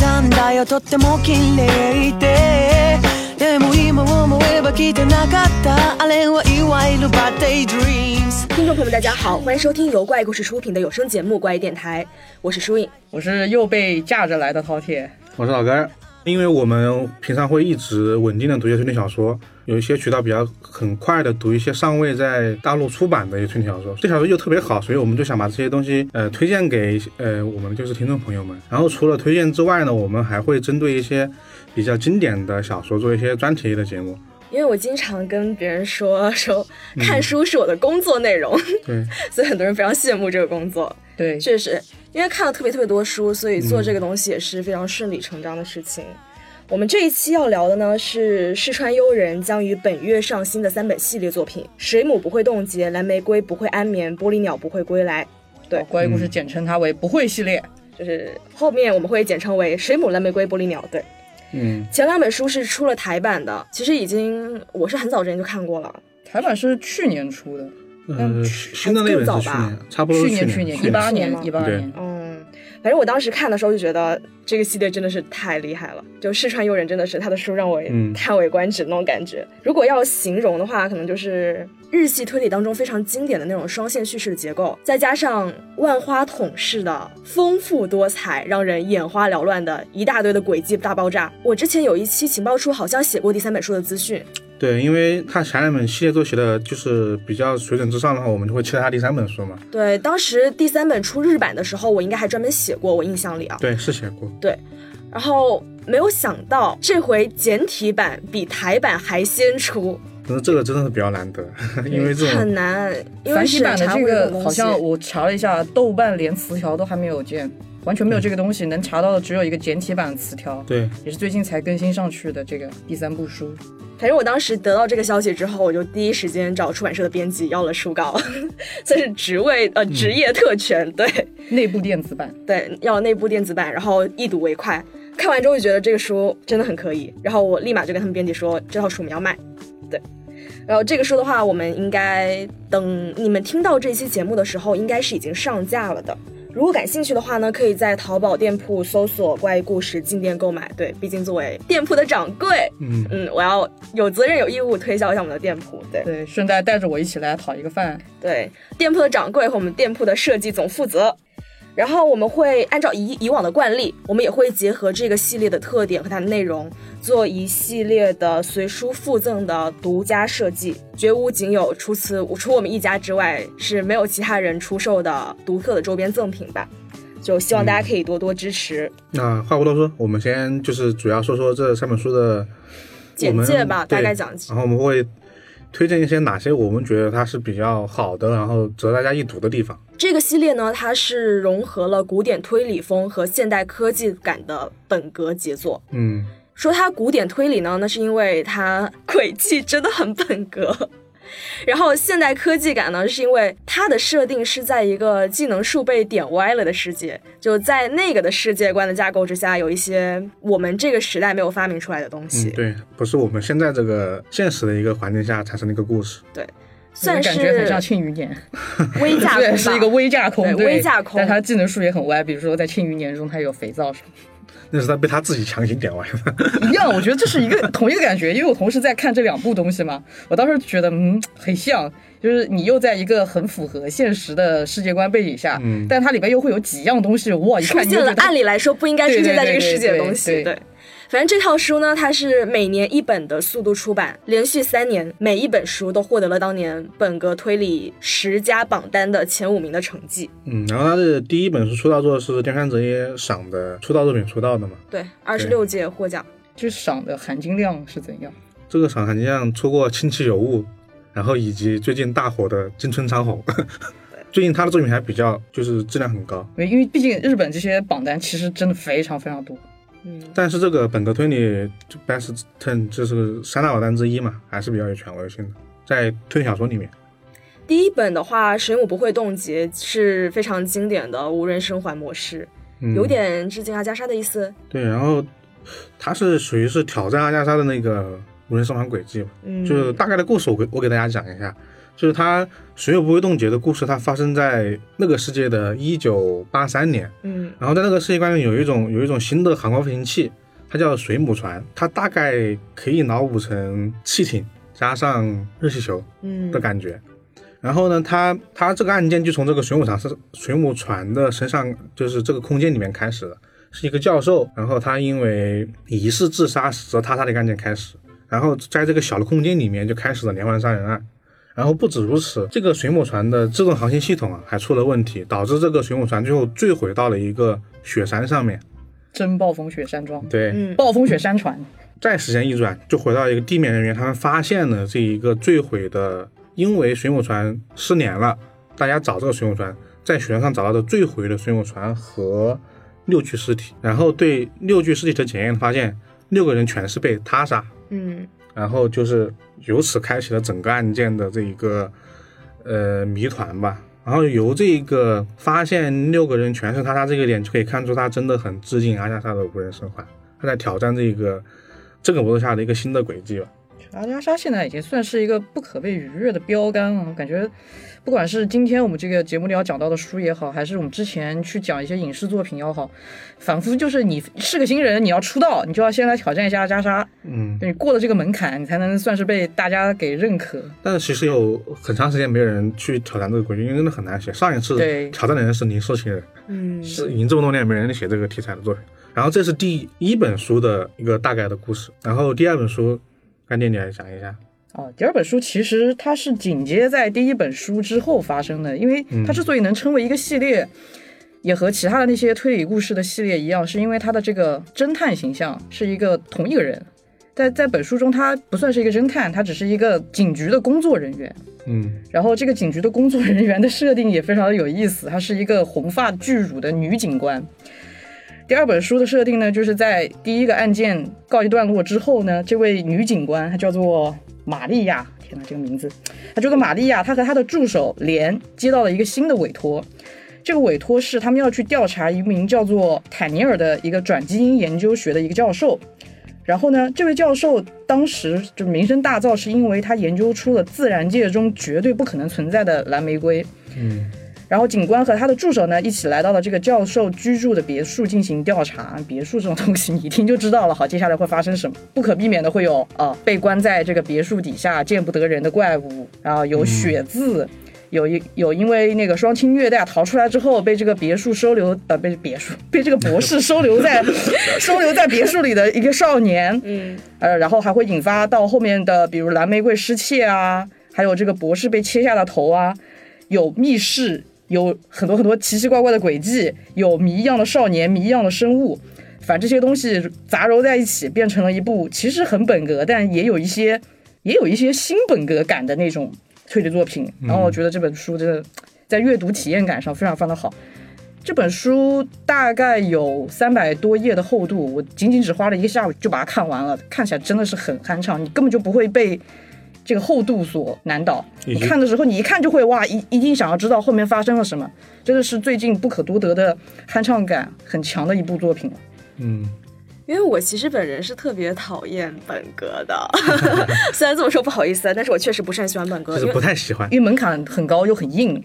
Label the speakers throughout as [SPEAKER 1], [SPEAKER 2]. [SPEAKER 1] がとっても綺麗ででも今思えば来てなかったあれはいわゆるバッテイドリームス
[SPEAKER 2] 听众朋友们，大家好，欢迎收听由怪故事出品的有声节目《怪异电台》，我是舒颖。
[SPEAKER 3] 我是又被架着来的饕餮，
[SPEAKER 4] 我是老根，因为我们平常会一直稳定的读一些推理小说，有一些渠道比较很快的读一些尚未在大陆出版的一些推理小说，这小说又特别好，所以我们就想把这些东西呃推荐给呃我们就是听众朋友们。然后除了推荐之外呢，我们还会针对一些比较经典的小说做一些专题的节目。
[SPEAKER 2] 因为我经常跟别人说说看书是我的工作内容，
[SPEAKER 4] 对，
[SPEAKER 2] 所以很多人非常羡慕这个工作。
[SPEAKER 3] 对，
[SPEAKER 2] 确实，因为看了特别特别多书，所以做这个东西也是非常顺理成章的事情。我们这一期要聊的呢是四川悠人将于本月上新的三本系列作品《水母不会冻结》《蓝玫瑰不会安眠》《玻璃鸟不会归来》，对
[SPEAKER 3] 怪异故事简称它为不会系列。
[SPEAKER 2] 就是后面我们会简称为《水母》《蓝玫瑰》《玻璃鸟》。对，
[SPEAKER 4] 嗯，
[SPEAKER 2] 前两本书是出了台版的，其实已经我是很早之前就看过了。
[SPEAKER 3] 台版是去年出的，
[SPEAKER 4] 呃
[SPEAKER 2] 嗯，
[SPEAKER 4] 新的那
[SPEAKER 2] 还是
[SPEAKER 4] 本是去
[SPEAKER 2] 更早吧
[SPEAKER 4] 年，差不多是
[SPEAKER 3] 年
[SPEAKER 4] 去
[SPEAKER 3] 去
[SPEAKER 4] 年，
[SPEAKER 3] 一八
[SPEAKER 2] 年
[SPEAKER 3] 年一八
[SPEAKER 4] 对
[SPEAKER 3] 年，
[SPEAKER 2] 嗯，反正我当时看的时候就觉得这个系列真的是太厉害了，就四川悠人真的是他的书让我
[SPEAKER 4] 嗯
[SPEAKER 2] 叹为观止的那种感觉。如果要形容的话，可能就是日系推理当中非常经典的那种双线叙事的结构，再加上万花筒式的丰富多彩、让人眼花缭乱的一大堆的轨迹大爆炸。我之前有一期情报处好像写过第三本书的资讯，
[SPEAKER 4] 对，因为他前两本系列都写的就是比较水准之上的话，我们就会期待他第三本书嘛。
[SPEAKER 2] 对，当时第三本出日版的时候，我应该还专门写过，我印象里啊。
[SPEAKER 4] 对，是写过。
[SPEAKER 2] 然后没有想到这回简体版比台版还先出，
[SPEAKER 4] 但是这个真的是比较难得，因为这
[SPEAKER 2] 很
[SPEAKER 4] 种
[SPEAKER 2] 难，因
[SPEAKER 3] 繁
[SPEAKER 2] 为
[SPEAKER 3] 体
[SPEAKER 2] 审
[SPEAKER 3] 版的
[SPEAKER 2] 查
[SPEAKER 3] 这
[SPEAKER 2] 会有这种
[SPEAKER 3] 个好
[SPEAKER 2] 东西
[SPEAKER 3] 像我查了一下，豆瓣连词条都还没有见，完全没有这个东西，能查到的只有一个简体版词条，
[SPEAKER 4] 对，
[SPEAKER 3] 也是最近才更新上去的这个第三部书。
[SPEAKER 2] 反正我当时得到这个消息之后，我就第一时间找出版社的编辑要了书稿， 算是职位呃职业特权，对
[SPEAKER 3] 内部电子版，
[SPEAKER 2] 对，要内部电子版，然后一睹为快。看完之后就觉得这个书真的很可以，然后我立马就跟他们编辑说这套书我们要卖，对。然后这个书的话，我们应该等你们听到这期节目的时候，应该是已经上架了的。如果感兴趣的话呢，可以在淘宝店铺搜索“怪异故事”进店购买。对，毕竟作为店铺的掌柜，
[SPEAKER 4] 嗯，
[SPEAKER 2] 嗯，我要有责任有义务推销一下我们的店铺。对
[SPEAKER 3] 对，顺带带着我一起来讨一个饭。
[SPEAKER 2] 对，店铺的掌柜和我们店铺的设计总负责。然后我们会按照以以往的惯例，我们也会结合这个系列的特点和它的内容，做一系列的随书附赠的独家设计，绝无仅有。除此除我们一家之外，是没有其他人出售的独特的周边赠品吧。就希望大家可以多多支持。
[SPEAKER 4] 那话不多说，我们先就是主要说说这三本书的
[SPEAKER 2] 简
[SPEAKER 4] 我们
[SPEAKER 2] 介吧
[SPEAKER 4] 对
[SPEAKER 2] 大概讲一下
[SPEAKER 4] 然后我们会推荐一些哪些我们觉得它是比较好的，然后值得大家一读的地方。
[SPEAKER 2] 这个系列呢，它是融合了古典推理风和现代科技感的本格杰作。
[SPEAKER 4] 嗯，
[SPEAKER 2] 说它古典推理呢，那是因为 它轨迹真的很本格。然后现代科技感呢，是因为它的设定是在一个技能树被点歪了的世界，就在那个的世界观的架构之下，有一些我们这个时代没有发明出来的东西
[SPEAKER 4] 嗯，，对，不是我们现在这个现实的一个环境下产生的一个故事。
[SPEAKER 2] 算
[SPEAKER 3] 感觉很像
[SPEAKER 2] 是
[SPEAKER 3] 庆余年，
[SPEAKER 2] 微架空
[SPEAKER 3] 对，
[SPEAKER 2] 吧
[SPEAKER 3] 是一个微架空，
[SPEAKER 2] 对
[SPEAKER 3] 对，
[SPEAKER 2] 微架空
[SPEAKER 3] 但它技能树也很歪，比如说在庆余年中它有肥皂什么
[SPEAKER 4] 那是他被他自己强行点完的。
[SPEAKER 3] 一样，我觉得这是一个同一个感觉，因为我同时在看这两部东西嘛，我当时觉得嗯很像，就是你又在一个很符合现实的世界观背景下，
[SPEAKER 4] 嗯
[SPEAKER 3] 但它里边又会有几样东西，哇，一
[SPEAKER 2] 出
[SPEAKER 3] 看你就
[SPEAKER 2] 现了
[SPEAKER 3] 觉得
[SPEAKER 2] 按理来说不应该出现在这个世界的
[SPEAKER 3] 对对对
[SPEAKER 2] 东西。
[SPEAKER 3] 对
[SPEAKER 2] 对，反正这套书呢，它是每年一本的速度出版，连续三年，每一本书都获得了当年本格推理十佳榜单的前五名的成绩。
[SPEAKER 4] 嗯，然后他的第一本书出道作是江山哲也赏的出道作品出道的嘛。
[SPEAKER 2] 对，二十六届获奖。
[SPEAKER 3] 就是赏的含金量是怎样？
[SPEAKER 4] 这个赏寒酱出过《亲戚有误》，然后以及最近大火的《金春昌红》， 最近他的作品还比较就是质量很高。
[SPEAKER 3] 因为因为毕竟日本这些榜单其实真的非常非常多，
[SPEAKER 2] 嗯，
[SPEAKER 4] 但是这个本格推理就 Best Ten 就是三大榜单之一嘛，还是比较有权威性的，在推理小说里面。
[SPEAKER 2] 第一本的话，《水母不会冻结》是非常经典的无人生还模式，
[SPEAKER 4] 嗯、
[SPEAKER 2] 有点致敬阿加莎的意思。
[SPEAKER 4] 对，然后它是属于是挑战阿加莎的那个无人生还轨迹嘛，
[SPEAKER 2] 嗯，
[SPEAKER 4] 就是大概的故事我给我给大家讲一下，就是它水有不会冻结的故事，它发生在那个世界的1983年，
[SPEAKER 2] 嗯
[SPEAKER 4] 然后在那个世界观里有一种有一种新的航空飞行器，它叫水母船，它大概可以脑补成汽艇加上热气球
[SPEAKER 2] 嗯
[SPEAKER 4] 的感觉。然后呢，它它这个案件就从这个水母船是水母船的身上，就是这个空间里面开始的，是一个教授，然后他因为疑似自杀死则他杀的一个案件开始，然后在这个小的空间里面就开始了连环杀人案。然后不止如此，这个水母船的自动航行系统啊还出了问题，导致这个水母船最后坠毁到了一个雪山上面。
[SPEAKER 3] 真暴风雪山庄，
[SPEAKER 4] 对，
[SPEAKER 2] 嗯
[SPEAKER 3] 暴风雪山船，
[SPEAKER 4] 再时间一转，就回到一个地面人员，他们发现了这一个坠毁的，因为水母船失联了，大家找这个水母船，在雪山上找到的坠毁的水母船和六具尸体，然后对六具尸体的检验，发现六个人全是被他杀，
[SPEAKER 2] 嗯
[SPEAKER 4] 然后就是由此开启了整个案件的这一个呃谜团吧。然后由这个发现六个人全是他杀这个点，就可以看出他真的很致敬阿加莎的无人生还，他在挑战这个这个模式下的一个新的轨迹吧。
[SPEAKER 3] 阿加莎现在已经算是一个不可被逾越的标杆了。我感觉，不管是今天我们这个节目里要讲到的书也好，还是我们之前去讲一些影视作品也好，仿佛就是你是个新人，你要出道，你就要先来挑战一下阿加莎，
[SPEAKER 4] 嗯，
[SPEAKER 3] 你过了这个门槛，你才能算是被大家给认可。
[SPEAKER 4] 但是其实有很长时间没有人去挑战这个轨迹，因为真的很难写。上一次
[SPEAKER 3] 对
[SPEAKER 4] 挑战的人是林世情人，
[SPEAKER 2] 嗯
[SPEAKER 4] 是已经这么多年没人写这个题材的作品。然后这是第一本书的一个大概的故事，然后第二本书，干爹你来讲一下。
[SPEAKER 3] 哦，第二本书其实它是紧接在第一本书之后发生的，因为它之所以能称为一个系列，也和其他的那些推理故事的系列一样，是因为它的这个侦探形象是一个同一个人。在在本书中，他不算是一个侦探，他只是一个警局的工作人员。
[SPEAKER 4] 嗯
[SPEAKER 3] 然后这个警局的工作人员的设定也非常的有意思，她是一个红发巨乳的女警官。第二本书的设定呢，就是在第一个案件告一段落之后呢，这位女警官她叫做玛利亚，天哪，这个名字，她叫做玛利亚，她和她的助手莲接到了一个新的委托。这个委托是他们要去调查一名叫做坦尼尔的一个转基因研究学的一个教授，然后呢，这位教授当时就名声大噪，是因为他研究出了自然界中绝对不可能存在的蓝玫瑰。
[SPEAKER 4] 嗯
[SPEAKER 3] 然后警官和他的助手呢，一起来到了这个教授居住的别墅进行调查。别墅这种东西，你一听就知道了。好，接下来会发生什么？不可避免的会有啊、呃被关在这个别墅底下见不得人的怪物，然后有血渍。有一有因为那个双亲虐待逃出来之后，被这个别墅收留，呃，被别墅被这个博士收留在收留在别墅里的一个少年，
[SPEAKER 2] 嗯
[SPEAKER 3] 呃，然后还会引发到后面的，比如蓝玫瑰失窃啊，还有这个博士被切下的头啊，有密室，有很多很多奇奇怪怪的轨迹，有谜一样的少年，谜一样的生物，反正这些东西杂糅在一起，变成了一部其实很本格，但也有一些也有一些新本格感的那种推理作品。然后我觉得这本书真的在阅读体验感上非常非常的好。这本书大概有三百多页的厚度，我仅仅只花了一个下午就把它看完了，看起来真的是很酣畅，你根本就不会被这个厚度所难倒。
[SPEAKER 4] 以
[SPEAKER 3] 你
[SPEAKER 4] 及
[SPEAKER 3] 看的时候，你一看就会哇，一一定想要知道后面发生了什么，真的是最近不可多得的酣畅感很强的一部作品。
[SPEAKER 4] 嗯，
[SPEAKER 2] 因为我其实本人是特别讨厌本格的， 虽然这么说不好意思啊，但是我确实不是很喜欢本格，
[SPEAKER 4] 就是
[SPEAKER 2] 呃因
[SPEAKER 4] 不
[SPEAKER 2] 为
[SPEAKER 4] 太喜欢，
[SPEAKER 3] 因为门槛很高又很硬，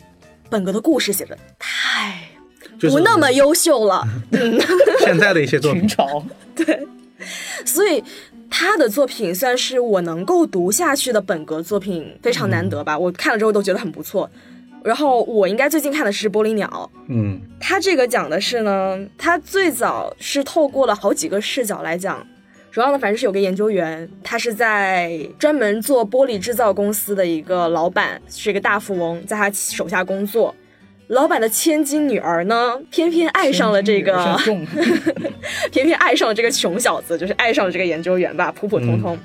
[SPEAKER 2] 本格的故事写的太
[SPEAKER 4] 就是
[SPEAKER 2] 不那么优秀了，嗯
[SPEAKER 4] 现在的一些作
[SPEAKER 3] 群
[SPEAKER 4] 品，
[SPEAKER 3] 嘲。
[SPEAKER 2] 所以他的作品算是我能够读下去的本格作品，非常难得吧。
[SPEAKER 4] 嗯
[SPEAKER 2] 我看了之后都觉得很不错。然后我应该最近看的是《玻璃鸟》，
[SPEAKER 4] 嗯
[SPEAKER 2] 它这个讲的是呢，它最早是透过了好几个视角来讲。主要呢，反正是有个研究员，他是在专门做玻璃制造公司的一个老板，是一个大富翁，在他手下工作。老板的千金女儿呢，偏偏爱上了这个
[SPEAKER 3] 上重
[SPEAKER 2] 偏偏爱上了这个穷小子，就是爱上了这个研究员吧，普普
[SPEAKER 3] 嗯
[SPEAKER 2] 通通。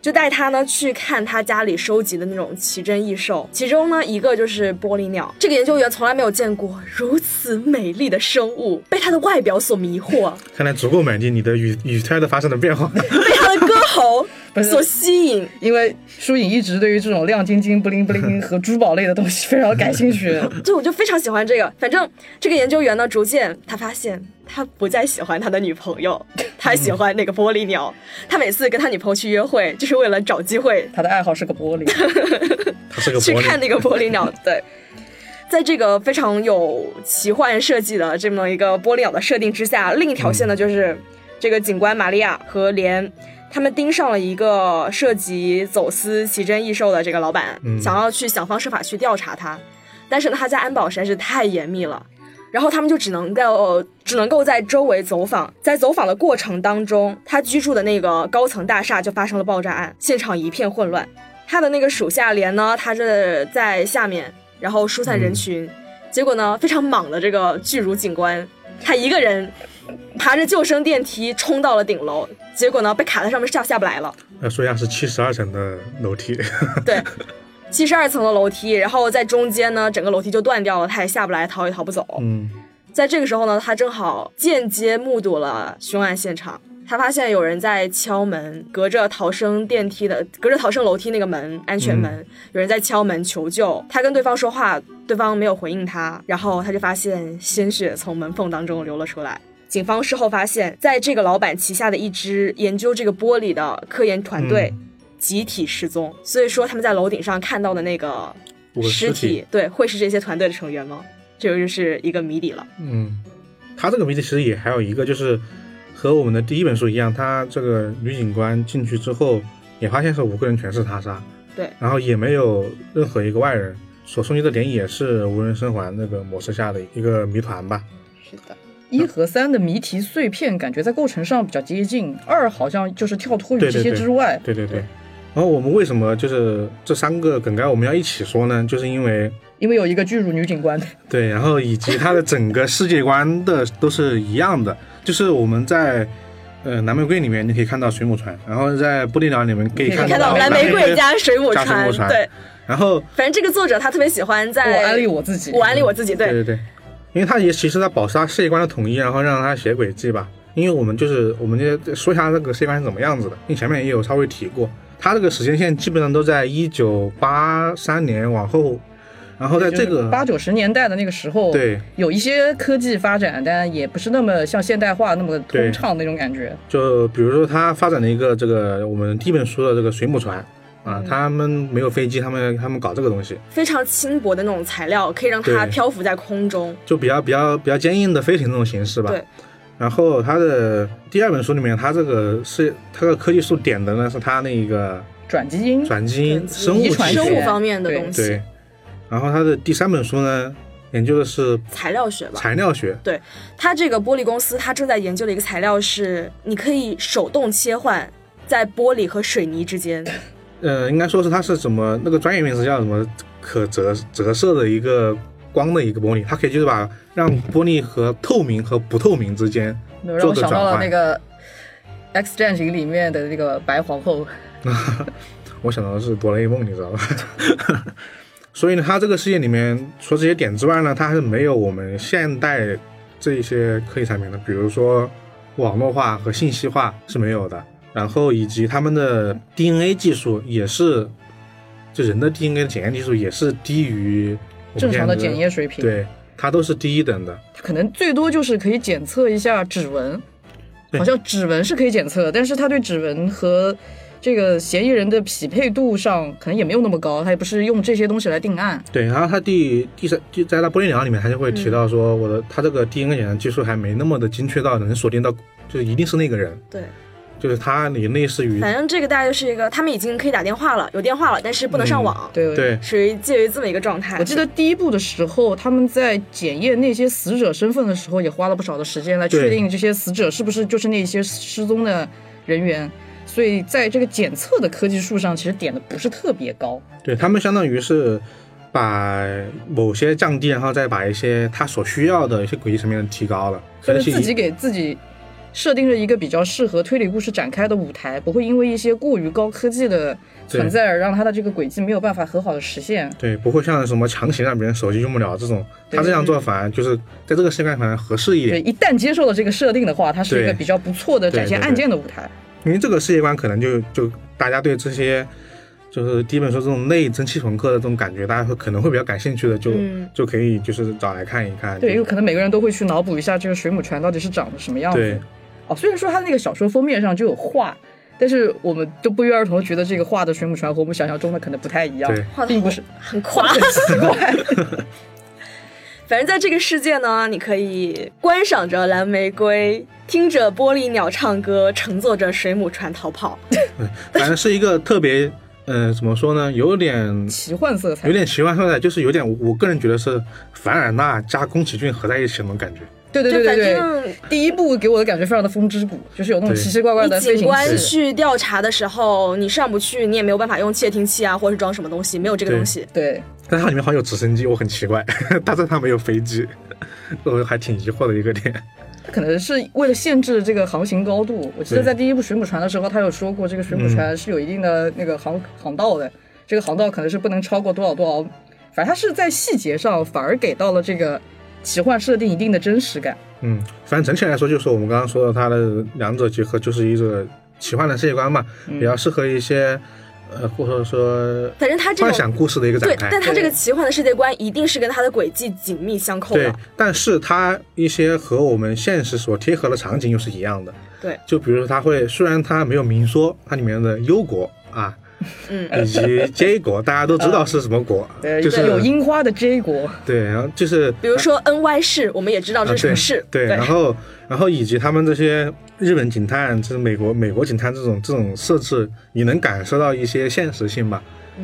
[SPEAKER 2] 就带他呢去看他家里收集的那种奇珍异兽，其中呢一个就是玻璃鸟。这个研究员从来没有见过如此美丽的生物，被它的外表所迷惑，
[SPEAKER 4] 看来足够满意你的语语态的发生了变化。
[SPEAKER 2] 被它的歌喉
[SPEAKER 3] 不是
[SPEAKER 2] 所吸引。
[SPEAKER 3] 因为舒颖一直对于这种亮晶晶、布灵布灵和珠宝类的东西非常感 兴趣。
[SPEAKER 2] 就我就非常喜欢这个。反正这个研究员呢，逐渐他发现他不再喜欢他的女朋友，他喜欢那个玻璃鸟。他每次跟他女朋友去约会，就是为了找机会
[SPEAKER 3] 他的爱好是个玻璃，
[SPEAKER 4] 他是个
[SPEAKER 2] 去
[SPEAKER 4] 玻
[SPEAKER 2] 看
[SPEAKER 4] 璃，
[SPEAKER 2] 那个玻璃 鸟，对。在这个非
[SPEAKER 4] 嗯
[SPEAKER 2] 常有奇幻设计的这么一个玻璃鸟的设定之下，另一条线呢，就是这个警官玛利亚和莲，他们盯上了一个涉及走私奇珍异兽的这个老板，
[SPEAKER 4] 嗯
[SPEAKER 2] 想要去想方设法去调查他，但是呢，他家安保实在是太严密了。然后他们就只能够只能够在周围走访，在走访的过程当中，他居住的那个高层大厦就发生了爆炸案，现场一片混乱。他的那个属下连呢，他这在下面，然后疏散人群，结果呢，非常莽的这个巨乳警官，他一个人爬着救生电梯冲到了顶楼，结果呢，被卡在上面下下不来了。
[SPEAKER 4] 要呃说一下是七十二层的楼梯，
[SPEAKER 2] 对，七十二层的楼梯，然后在中间呢，整个楼梯就断掉了，他也下不来，逃也逃不走。
[SPEAKER 4] 嗯，
[SPEAKER 2] 在这个时候呢，他正好间接目睹了凶案现场。他发现有人在敲门，隔着逃生电梯的，隔着逃生楼梯那个门，安全门，有人在敲门求救。他跟对方说话，对方没有回应他，然后他就发现鲜血从门缝当中流了出来。警方事后发现，在这个老板旗下的一支研究这个玻璃的科研团队、集体失踪，所以说他们在楼顶上看到的那个
[SPEAKER 4] 五个
[SPEAKER 2] 尸
[SPEAKER 4] 尸体，
[SPEAKER 2] 对，会是这些团队的成员吗？这个就是一个谜底了。
[SPEAKER 4] 嗯，他这个谜题其实也还有一个，就是和我们的第一本书一样，他这个女警官进去之后也发现是五个人全是他杀，
[SPEAKER 2] 对，
[SPEAKER 4] 然后也没有任何一个外人，所送医的点也是无人生还那个模式下的一个谜团吧，
[SPEAKER 3] 是的。一和三的谜题碎片感觉在构成上比较接近，二好像就是跳脱于
[SPEAKER 4] 对
[SPEAKER 3] 这
[SPEAKER 4] 对
[SPEAKER 3] 些
[SPEAKER 4] 对
[SPEAKER 3] 之外。
[SPEAKER 4] 对对对。
[SPEAKER 3] 对
[SPEAKER 4] 然后我们为什么就是这三个梗概我们要一起说呢？就是因为
[SPEAKER 3] 因为有一个巨乳女警官，
[SPEAKER 4] 对，然后以及它的整个世界观的都是一样的，就是我们在呃蓝玫瑰里面你可以看到水母船，然后在布利鸟里面可以
[SPEAKER 3] 可以
[SPEAKER 2] 看
[SPEAKER 4] 到
[SPEAKER 2] 到蓝玫瑰加水母
[SPEAKER 4] 加水
[SPEAKER 2] 船，
[SPEAKER 4] 母船
[SPEAKER 2] 对，
[SPEAKER 4] 然后
[SPEAKER 2] 反正这个作者他特别喜欢
[SPEAKER 3] 我
[SPEAKER 2] 在
[SPEAKER 3] 安利我自己，
[SPEAKER 2] 哎我安利我自己，
[SPEAKER 4] 对
[SPEAKER 2] 对
[SPEAKER 4] 对对，因为它也其实在保持它世界观的统一，然后让它写轨迹吧。因为我们就是我们就说一下这个世界观是怎么样子的，因为前面也有稍微提过，它这个时间线基本上都在一九八三年往后，然后在这个
[SPEAKER 3] 八九十年代的那个时候，
[SPEAKER 4] 对，
[SPEAKER 3] 有一些科技发展，但也不是那么像现代化那么通
[SPEAKER 4] 对
[SPEAKER 3] 畅那种感觉。
[SPEAKER 4] 就比如说他发展了一个这个我们第一本书的这个水母船啊，他们没有飞机，他们他们搞这个东西，
[SPEAKER 2] 非常轻薄的那种材料，可以让它
[SPEAKER 4] 对
[SPEAKER 2] 漂浮在空中。
[SPEAKER 4] 就比较比较比较坚硬的飞行这种形式吧。
[SPEAKER 2] 对。
[SPEAKER 4] 然后他的第二本书里面，他这个是他的科技树点的呢，是他那个
[SPEAKER 3] 转基因，
[SPEAKER 4] 转基因
[SPEAKER 2] 转基因
[SPEAKER 4] 生物
[SPEAKER 3] 遗传
[SPEAKER 4] 系
[SPEAKER 2] 生
[SPEAKER 4] 统
[SPEAKER 2] 物
[SPEAKER 3] 学
[SPEAKER 2] 方面的
[SPEAKER 3] 对
[SPEAKER 2] 东西
[SPEAKER 4] 对，。然后他的第三本书呢，研究的是
[SPEAKER 2] 材料学吧。
[SPEAKER 4] 材料学，
[SPEAKER 2] 它这个玻璃公司，它正在研究的一个材料是，你可以手动切换在玻璃和水泥之间。
[SPEAKER 4] 呃，应该说是它是怎么那个专业名词叫什么可折折射的一个光的一个玻璃，它可以就是把让玻璃和透明和不透明之间
[SPEAKER 3] 没有让我
[SPEAKER 4] 做的
[SPEAKER 3] 想到了
[SPEAKER 4] 转
[SPEAKER 3] 那
[SPEAKER 4] 换
[SPEAKER 3] 个《X 战警》里面的那个白皇后，
[SPEAKER 4] 我想到的是哆啦 A 梦，你知道吧？ 所以呢，它这个世界里面，除了这些点之外呢，它还是没有我们现代这些科技产品的，比如说网络化和信息化是没有的。然后以及他们的 DNA 技术也是，就人的 DNA 的检验技术也是低于我们
[SPEAKER 3] 正常的
[SPEAKER 4] 现在
[SPEAKER 3] 检验水平，，
[SPEAKER 4] 对，它都是第一等的。
[SPEAKER 3] 可能最多就是可以检测一下指纹，
[SPEAKER 4] 对
[SPEAKER 3] 好像指纹是可以检测，但是他对指纹和这个嫌疑人的匹配度上可能也没有那么高，他也不是用这些东西来定案。
[SPEAKER 4] 对，然后它第第三第在它玻璃鸟里面，它就会
[SPEAKER 3] 嗯
[SPEAKER 4] 提到说，我的它这个 DNA 检验技术还没那么的精确到能锁定到，就是一定是那个人，
[SPEAKER 2] 对，
[SPEAKER 4] 就是它也类似于
[SPEAKER 2] 反正这个大概就是一个，他们已经可以打电话了，有电话了，但是不能上
[SPEAKER 4] 嗯
[SPEAKER 2] 网，
[SPEAKER 3] 对
[SPEAKER 4] 对
[SPEAKER 2] 属于介于这么一个状态。
[SPEAKER 3] 我记得第一部的时候，他们在检验那些死者身份的时候，也花了不少的时间来
[SPEAKER 4] 对
[SPEAKER 3] 确定这些死者是不是就是那些失踪的人员。所以在这个检测的科技树上，其实点的不是特别高。
[SPEAKER 4] 对他们相当于是把某些降低，然后再把一些他所需要的一些轨迹层面提高了，可
[SPEAKER 3] 就
[SPEAKER 4] 能
[SPEAKER 3] 是
[SPEAKER 4] 是
[SPEAKER 3] 自
[SPEAKER 4] 一
[SPEAKER 3] 己给自己设定了一个比较适合推理故事展开的舞台，不会因为一些过于高科技的存在而让它的这个轨迹没有办法很好的实现。
[SPEAKER 4] 对，不会像什么强行让别人手机用不了这种，
[SPEAKER 3] 对
[SPEAKER 4] 他这样做反而就是在这个世界观反而合适一
[SPEAKER 3] 对，
[SPEAKER 4] 点，
[SPEAKER 3] 一旦接受了这个设定的话，它是一个
[SPEAKER 4] 对
[SPEAKER 3] 比较不错的展现
[SPEAKER 4] 对对对
[SPEAKER 3] 案件的舞台。
[SPEAKER 4] 因为这个世界观可能就就大家对这些。就是第一本书这种类蒸汽朋克的这种感觉，大家会可能会比较感兴趣的，就、
[SPEAKER 2] 嗯
[SPEAKER 4] 就可以就是找来看一看。
[SPEAKER 3] 对，
[SPEAKER 4] 就
[SPEAKER 3] 有可能每个人都会去脑补一下这个水母船到底是长得什么样子。
[SPEAKER 4] 对，
[SPEAKER 3] 哦，虽然说它那个小说封面上就有画，但是我们都不约而同地觉得这个画的水母船和我们想象中的可能不太一样，
[SPEAKER 4] 对
[SPEAKER 2] 画得
[SPEAKER 3] 并不是
[SPEAKER 2] 很垮，
[SPEAKER 3] 很奇怪。
[SPEAKER 2] 反正在这个世界呢，你可以观赏着蓝玫瑰，听着玻璃鸟唱歌，乘坐着水母船逃跑。
[SPEAKER 4] 反正是一个特别，呃，怎么说呢，有点
[SPEAKER 3] 奇幻色彩
[SPEAKER 4] 有。点奇幻色彩，就是有点我我个人觉得是凡尔纳加宫崎骏合在一起的那种感觉。
[SPEAKER 3] 对对对
[SPEAKER 2] 就
[SPEAKER 3] 对
[SPEAKER 2] 反
[SPEAKER 3] 对，
[SPEAKER 2] 正
[SPEAKER 3] 第一部给我的感觉非常的风之谷，就是有那种
[SPEAKER 4] 对
[SPEAKER 3] 奇奇怪怪的
[SPEAKER 2] 你
[SPEAKER 3] 飞
[SPEAKER 2] 警
[SPEAKER 3] 行
[SPEAKER 2] 官
[SPEAKER 3] 器。
[SPEAKER 2] 去调查的时候，你上不去，你也没有办法用窃听器啊，或者是装什么东西，没有这个
[SPEAKER 4] 对
[SPEAKER 2] 东西。
[SPEAKER 3] 对，
[SPEAKER 4] 但它里面好像有直升机，我很奇怪， 但是它没有飞机， 我还挺疑惑的一个点。
[SPEAKER 3] 可能是为了限制这个航行高度。我记得
[SPEAKER 4] 对嗯
[SPEAKER 3] 在第一部水母船的时候，他有说过，这个水母船是有一定的那个航航道的，这个航道可能是不能超过多少多少，反正他是在细节上反而给到了这个奇幻设定一定的真实感。
[SPEAKER 4] 嗯，反正整体来说，就是我们刚刚说的，它的两者结合就是一个奇幻的世界观嘛，比较适合一些，呃，或者说
[SPEAKER 2] 嗯反正他这
[SPEAKER 4] 幻
[SPEAKER 2] 种
[SPEAKER 4] 想故事的一个展
[SPEAKER 2] 对，
[SPEAKER 4] 开
[SPEAKER 2] 但。他这
[SPEAKER 3] 对
[SPEAKER 2] 个奇幻的世界观一定是跟他的轨迹紧密相扣
[SPEAKER 4] 对
[SPEAKER 2] 的。，
[SPEAKER 4] 但是它一些和我们现实所贴合的场景又是一样的。
[SPEAKER 2] 对，
[SPEAKER 4] 就比如说它会，虽然它没有明说，它里面的忧国啊，
[SPEAKER 2] 嗯，
[SPEAKER 4] 以及 J 国，大家都知道是什么国，
[SPEAKER 3] 嗯对，
[SPEAKER 4] 就是
[SPEAKER 3] 呃有樱花的 J 国，
[SPEAKER 4] 对，然后就是
[SPEAKER 2] 比如说 N Y 市，我们也知道这是
[SPEAKER 4] 啊
[SPEAKER 2] 什
[SPEAKER 4] 对
[SPEAKER 2] 么市。
[SPEAKER 4] 对，
[SPEAKER 3] 对
[SPEAKER 4] 然后然后以及他们这些日本警探，就是美国美国警探这种这种设置，你能感受到一些现实性吧？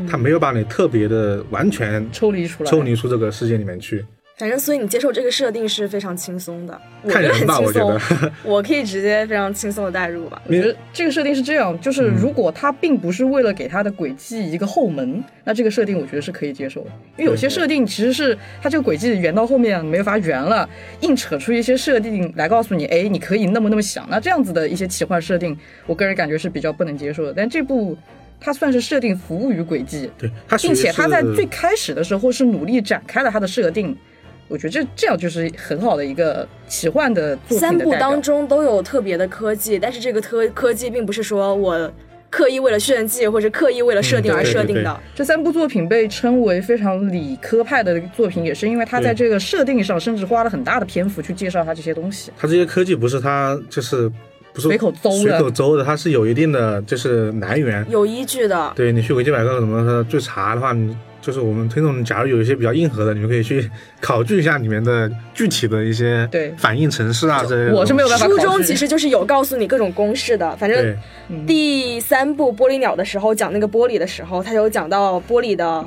[SPEAKER 4] 他没有把你特别的完全
[SPEAKER 3] 嗯抽离出来，
[SPEAKER 4] 抽离出这个世界里面去，
[SPEAKER 2] 反正，所以你接受这个设定是非常轻松的，我觉
[SPEAKER 4] 看
[SPEAKER 2] 得
[SPEAKER 4] 人
[SPEAKER 2] 很
[SPEAKER 4] 吧，
[SPEAKER 2] 轻
[SPEAKER 4] 我觉
[SPEAKER 2] 松
[SPEAKER 4] 得，。
[SPEAKER 2] 我可以直接非常轻松的代入吧。
[SPEAKER 3] 我觉得这个设定是这样，就是
[SPEAKER 4] 嗯
[SPEAKER 3] 如果他并不是为了给他的轨迹一个后门，那这个设定我觉得是可以接受的。因为有些设定其实是他这个轨迹圆到后面没法圆了，硬扯出一些设定来告诉你，哎，你可以那么那么想。那这样子的一些奇幻设定，我个人感觉是比较不能接受的。但这部它算是设定服务于轨迹，
[SPEAKER 4] 对，他
[SPEAKER 3] 并且
[SPEAKER 4] 他
[SPEAKER 3] 他在最开始的时候是努力展开了他的设定。我觉得这这样就是很好的一个奇幻的作品的
[SPEAKER 2] 三部
[SPEAKER 3] 代表
[SPEAKER 2] 当中都有特别的科技，但是这个科科技并不是说我刻意为了炫技或者刻意为了设定
[SPEAKER 4] 嗯对
[SPEAKER 2] 而
[SPEAKER 4] 对
[SPEAKER 2] 设定
[SPEAKER 4] 对
[SPEAKER 2] 的。
[SPEAKER 3] 这三部作品被称为非常理科派的作品，也是因为他在这个设定上甚至花了很大的篇幅去介绍他这些东西。
[SPEAKER 4] 他这些科技不是他就是不是
[SPEAKER 3] 随口诌的
[SPEAKER 4] 随口诌的，它是有一定的就是来源。
[SPEAKER 2] 有依据的。
[SPEAKER 4] 对你去维基百科什么的去查的话，你就是我们听众，假如有一些比较硬核的，你们可以去考据一下里面的具体的一些
[SPEAKER 3] 对
[SPEAKER 4] 反应程式啊之类的。
[SPEAKER 3] 我是没有办法考
[SPEAKER 2] 书
[SPEAKER 3] 虑
[SPEAKER 2] 中其实就是有告诉你各种公式的，反正
[SPEAKER 4] 对
[SPEAKER 2] 第三部玻璃鸟的时候讲那个玻璃的时候，他有讲到玻璃的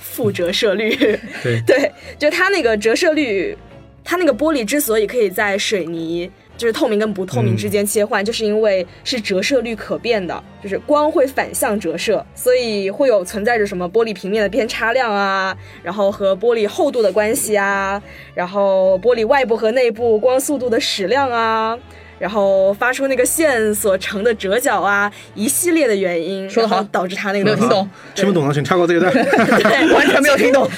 [SPEAKER 2] 负折射率，
[SPEAKER 4] 对
[SPEAKER 2] 对，就它那个折射率，它那个玻璃之所以可以在水泥。就是透明跟不透明
[SPEAKER 3] 嗯
[SPEAKER 2] 之间切换，就是因为是折射率可变的，就是光会反向折射，所以会有存在着什么玻璃平面的偏差量啊，然后和玻璃厚度的关系啊，然后玻璃外部和内部光速度的矢量啊，然后发出那个线所成的折角啊，一系列的原因，
[SPEAKER 3] 说得好
[SPEAKER 2] 然后导致它那个
[SPEAKER 3] 没有听懂，
[SPEAKER 4] 听不懂的请跳过这 一段。
[SPEAKER 2] 对，
[SPEAKER 3] 完全没有听懂。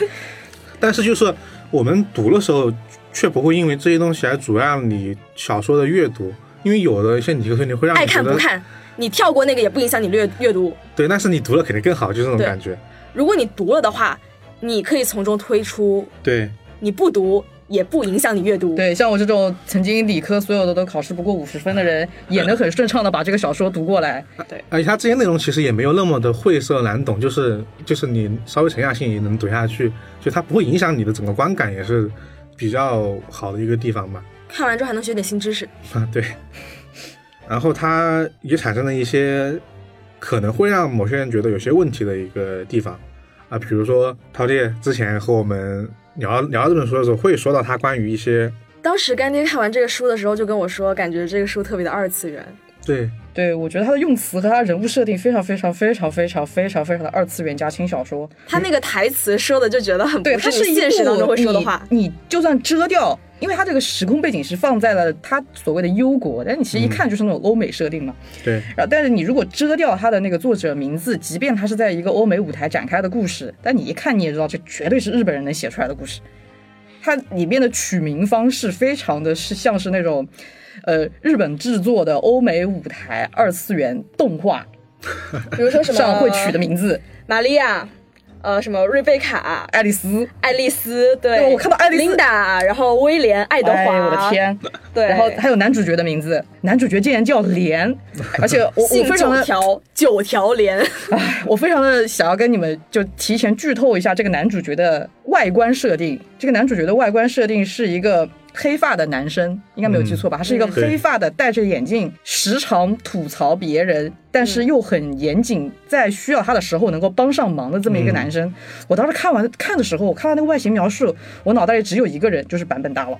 [SPEAKER 4] 但是就是我们读的时候，却不会因为这些东西来阻碍你小说的阅读，因为有的一些理科推理会让
[SPEAKER 2] 爱
[SPEAKER 4] 你觉
[SPEAKER 2] 看不
[SPEAKER 4] 得
[SPEAKER 2] 看，你跳过那个也不影响你阅阅读。
[SPEAKER 4] 对，但是你读了肯定更好，就这种
[SPEAKER 2] 对
[SPEAKER 4] 感觉。
[SPEAKER 2] 如果你读了的话，你可以从中推出；
[SPEAKER 4] 对，
[SPEAKER 2] 你不读也不影响你阅读。
[SPEAKER 3] 对，像我这种曾经理科所有的都考试不过五十分的人，也能很顺畅的把这个小说读过来。
[SPEAKER 4] 而且哎它这些内容其实也没有那么的晦涩难懂，就是就是你稍微沉下心也能读下去，就它不会影响你的整个观感，也是比较好的一个地方吧。
[SPEAKER 2] 看完之后还能学点新知识。
[SPEAKER 4] 啊，对。然后它也产生了一些可能会让某些人觉得有些问题的一个地方啊，比如说涛姐之前和我们聊聊这本书的时候，会说到他关于一些
[SPEAKER 2] 当时干爹看完这个书的时候就跟我说，感觉这个书特别的二次元。
[SPEAKER 4] 对
[SPEAKER 3] 对，我觉得他的用词和他人物设定非常非常非常非常非常非常的二次元加轻小说。
[SPEAKER 2] 他那个台词说的就觉得很
[SPEAKER 3] 对，
[SPEAKER 2] 不
[SPEAKER 3] 它
[SPEAKER 2] 是
[SPEAKER 3] 是
[SPEAKER 2] 你
[SPEAKER 3] 一
[SPEAKER 2] 现实当中
[SPEAKER 3] 部
[SPEAKER 2] 会说的话。
[SPEAKER 3] 你你就算遮掉，因为它这个时空背景是放在了它所谓的忧国，但你
[SPEAKER 2] 嗯
[SPEAKER 3] 其实一看就是那种欧美设定嘛。
[SPEAKER 4] 对
[SPEAKER 3] 然后，但是你如果遮掉它的那个作者名字，即便它是在一个欧美舞台展开的故事，但你一看你也知道，这绝对是日本人能写出来的故事。它里面的取名方式非常的是像是那种，呃，日本制作的欧美舞台二次元动画
[SPEAKER 2] 比如说什么
[SPEAKER 3] 上会取的名字，
[SPEAKER 2] 玛利亚、呃，什么瑞贝卡、
[SPEAKER 3] 爱丽丝，
[SPEAKER 2] 爱丽丝，对，
[SPEAKER 3] 对我看到爱丽丝
[SPEAKER 2] 琳达，然后威廉、爱德华，
[SPEAKER 3] 哎，我的，天！
[SPEAKER 2] 对，
[SPEAKER 3] 然后还有男主角的名字，男主角竟然叫莲，而且我我
[SPEAKER 2] 姓
[SPEAKER 3] 非常
[SPEAKER 2] 九
[SPEAKER 3] 的
[SPEAKER 2] 条，九条连，
[SPEAKER 3] 唉，我非常的想要跟你们就提前剧透一下这个男主角的外观设定。这个男主角的外观设定是一个黑发的男生，应该没有记错吧？他是一个
[SPEAKER 4] 嗯
[SPEAKER 3] 黑发的，戴着眼镜，时常吐槽别人，但是又很严谨，在需要他的时候能够帮上忙的这么一个男生。我当时看完看的时候，我看到那个外形描述，我脑袋里只有一个人，就是版本大佬，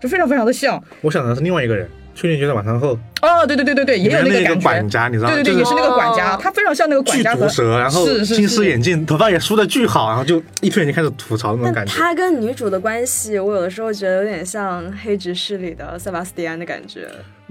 [SPEAKER 3] 就非常非常的像。
[SPEAKER 4] 我想的是另外一个人，去年决赛晚餐后
[SPEAKER 3] 哦，对对对对对，也有
[SPEAKER 4] 里
[SPEAKER 3] 那个
[SPEAKER 4] 面那
[SPEAKER 3] 感
[SPEAKER 4] 个
[SPEAKER 3] 觉。
[SPEAKER 4] 管家，你知道吗？
[SPEAKER 3] 对对
[SPEAKER 4] 就
[SPEAKER 3] 对，也
[SPEAKER 4] 是
[SPEAKER 3] 是那个管家，
[SPEAKER 2] 哦
[SPEAKER 3] 他非常像那个管
[SPEAKER 4] 巨
[SPEAKER 3] 家和
[SPEAKER 4] 毒舌，然后
[SPEAKER 3] 是是
[SPEAKER 4] 近
[SPEAKER 3] 是
[SPEAKER 4] 视眼镜，头发也梳的巨好，然后就一推眼就开始吐槽那种
[SPEAKER 2] 但
[SPEAKER 4] 感觉。
[SPEAKER 2] 他跟女主的关系，我有的时候觉得有点像黑执事里的塞巴斯蒂安的感觉，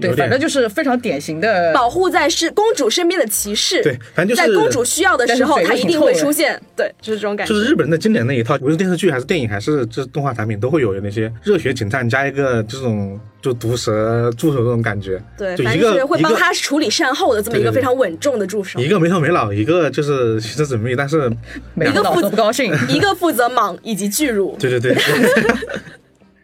[SPEAKER 3] 对，
[SPEAKER 4] 有点
[SPEAKER 3] 反正就是非常典型的
[SPEAKER 2] 保护在是公主身边的骑士，
[SPEAKER 4] 对反正就是
[SPEAKER 2] 在公主需要的时候，
[SPEAKER 3] 但是
[SPEAKER 2] 他
[SPEAKER 3] 嘴又
[SPEAKER 2] 一定
[SPEAKER 3] 很
[SPEAKER 2] 会
[SPEAKER 3] 臭
[SPEAKER 2] 出现，对，就是这种感觉。
[SPEAKER 4] 就是日本人的经典那一套，无论电视剧还是电影还是这动画产品，都会有那些热血警探加一个这种就毒舌助手这种感觉，
[SPEAKER 2] 对，
[SPEAKER 4] 就
[SPEAKER 2] 反
[SPEAKER 4] 一
[SPEAKER 2] 正
[SPEAKER 4] 个
[SPEAKER 2] 就是会
[SPEAKER 4] 一
[SPEAKER 2] 帮
[SPEAKER 4] 个
[SPEAKER 2] 他处理善后的这么一个
[SPEAKER 4] 对对对
[SPEAKER 2] 非常稳重的助手，
[SPEAKER 4] 一个没头没脑，一个就是行车缜密，但是
[SPEAKER 3] 每个脑都不高兴。
[SPEAKER 2] 一个负责莽以及巨乳，
[SPEAKER 4] 对对对，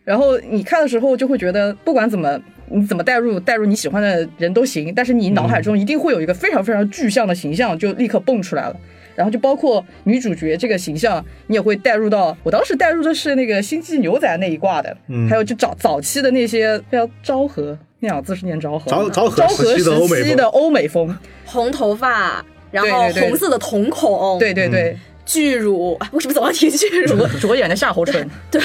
[SPEAKER 3] 然后你看的时候就会觉得，不管怎么你怎么代入，代入你喜欢的人都行，但是你脑海中一定会有一个非常非常具象的形象就立刻蹦出来了。然后就包括女主角这个形象，你也会带入到。我当时带入的是那个《星际牛仔》那一挂的，
[SPEAKER 4] 嗯
[SPEAKER 3] 还有就早早期的那些叫昭和，那两个字是念昭和
[SPEAKER 4] 昭
[SPEAKER 3] 吗，
[SPEAKER 4] 昭和
[SPEAKER 3] 昭
[SPEAKER 4] 时
[SPEAKER 3] 和
[SPEAKER 4] 期的欧美
[SPEAKER 3] 时期
[SPEAKER 4] 风
[SPEAKER 3] 的欧美风，
[SPEAKER 2] 红头发，然后
[SPEAKER 3] 对对对
[SPEAKER 2] 红色的瞳孔，
[SPEAKER 3] 对对对，
[SPEAKER 2] 巨乳，啊为什么总要提巨乳？
[SPEAKER 3] 左左眼的下颌唇，
[SPEAKER 2] 对，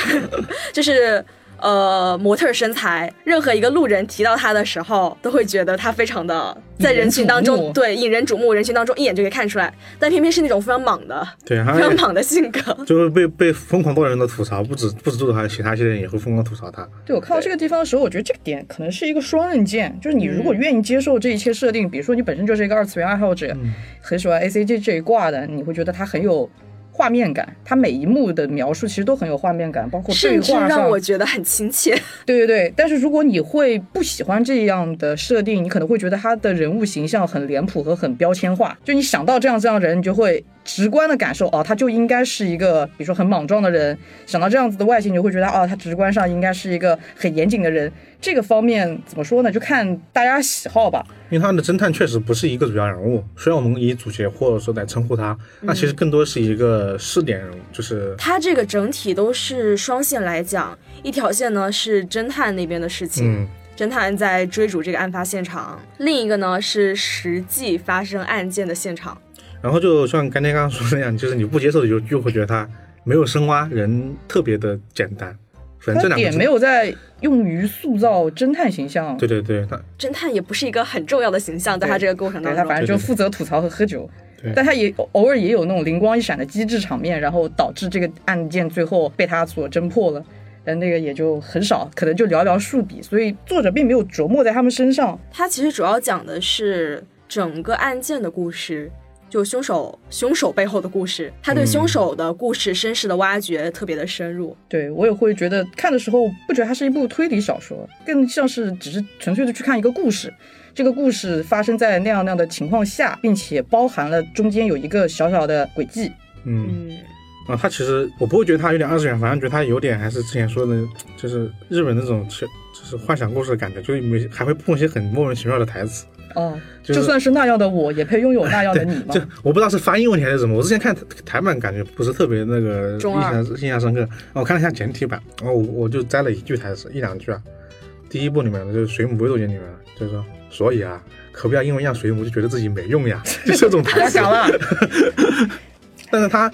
[SPEAKER 2] 就是呃模特儿身材，任何一个路人提到她的时候，都会觉得她非常的在
[SPEAKER 3] 引人
[SPEAKER 2] 人群当
[SPEAKER 3] 瞩
[SPEAKER 2] 中
[SPEAKER 3] 目
[SPEAKER 2] 对引人瞩目，人群当中一眼就可以看出来，但偏偏是那种非常莽的、
[SPEAKER 4] 对，
[SPEAKER 2] 非常
[SPEAKER 4] 然后
[SPEAKER 2] 莽的性格。
[SPEAKER 4] 就是被被疯狂多人的吐槽，不止不止助手，还有其他一些人也会疯狂吐槽他。
[SPEAKER 3] 对我看到这个地方的时候，我觉得这个点可能是一个双刃剑，就是你如
[SPEAKER 2] 嗯
[SPEAKER 3] 果愿意接受这一切设定，比如说你本身就是一个二次元爱好者，
[SPEAKER 2] 嗯
[SPEAKER 3] 很喜欢 A C G 这一挂的，你会觉得它很有画面感，它每一幕的描述其实都很有画面感，包括对
[SPEAKER 2] 甚至
[SPEAKER 3] 话
[SPEAKER 2] 让
[SPEAKER 3] 上
[SPEAKER 2] 我，觉得很亲切，
[SPEAKER 3] 对对对。但是如果你会不喜欢这样的设定，你可能会觉得他的人物形象很脸谱和很标签化，就你想到这样这样的人，你就会直观的感受哦，他就应该是一个，比如说很莽撞的人，想到这样子的外形，你就会觉得哦，他直观上应该是一个很严谨的人。这个方面怎么说呢？就看大家喜好吧。
[SPEAKER 4] 因为他的侦探确实不是一个主要人物，虽然我们以主角或者说来称呼他，
[SPEAKER 3] 嗯
[SPEAKER 4] 那其实更多是一个试点人物，就是
[SPEAKER 2] 它这个整体都是双线来讲，一条线呢是侦探那边的事情，
[SPEAKER 4] 嗯，
[SPEAKER 2] 侦探在追逐这个案发现场；另一个呢是实际发生案件的现场。
[SPEAKER 4] 然后就像刚才刚刚说的那样，就是你不接受的就就会觉得他没有深挖，人特别的简单，反正这
[SPEAKER 3] 他
[SPEAKER 4] 两个
[SPEAKER 3] 点
[SPEAKER 4] 是
[SPEAKER 3] 没。有在用于塑造侦探形象，
[SPEAKER 4] 对对对，他
[SPEAKER 2] 侦探也不是一个很重要的形象，在他这个过程当中，
[SPEAKER 3] 对他反正就
[SPEAKER 4] 对对对
[SPEAKER 3] 负责吐槽和喝酒，
[SPEAKER 4] 对
[SPEAKER 3] 但他也偶尔也有那种灵光一闪的机智场面，然后导致这个案件最后被他所侦破了。但那个也就很少，可能就寥寥数笔，所以作者并没有琢磨在他们身上。
[SPEAKER 2] 它其实主要讲的是整个案件的故事，就凶手凶手背后的故事。他对
[SPEAKER 4] 嗯
[SPEAKER 2] 凶手的故事身世的挖掘特别的深入。
[SPEAKER 3] 对我也会觉得看的时候不觉得它是一部推理小说，更像是只是纯粹的去看一个故事。这个故事发生在那样那样的情况下，并且包含了中间有一个小小的轨迹，
[SPEAKER 4] 嗯
[SPEAKER 2] 嗯，
[SPEAKER 4] 啊，他其实我不会觉得他有点二次元，反而觉得他有点还是之前说的，就是日本那种是就是幻想故事的感觉，就是没还会碰一些很莫名其妙的台词。
[SPEAKER 3] 哦，
[SPEAKER 4] 就是
[SPEAKER 3] 就算是那样的我，也配拥有那样的你吗
[SPEAKER 4] 就？我不知道是翻译问题还是什么，我之前看台台版感觉不是特别那个
[SPEAKER 2] 中
[SPEAKER 4] 印
[SPEAKER 2] 二
[SPEAKER 4] 象印象深刻，然后我看了一下简体版，然后我我就摘了一句台词一两句啊，第一部里面的就是水母威斗间里面的，就是说所以啊，可不要因为让水母就觉得自己没用呀， 就这种
[SPEAKER 3] 不
[SPEAKER 4] 台
[SPEAKER 3] 要
[SPEAKER 4] 词
[SPEAKER 3] 想。 了，
[SPEAKER 4] 但是他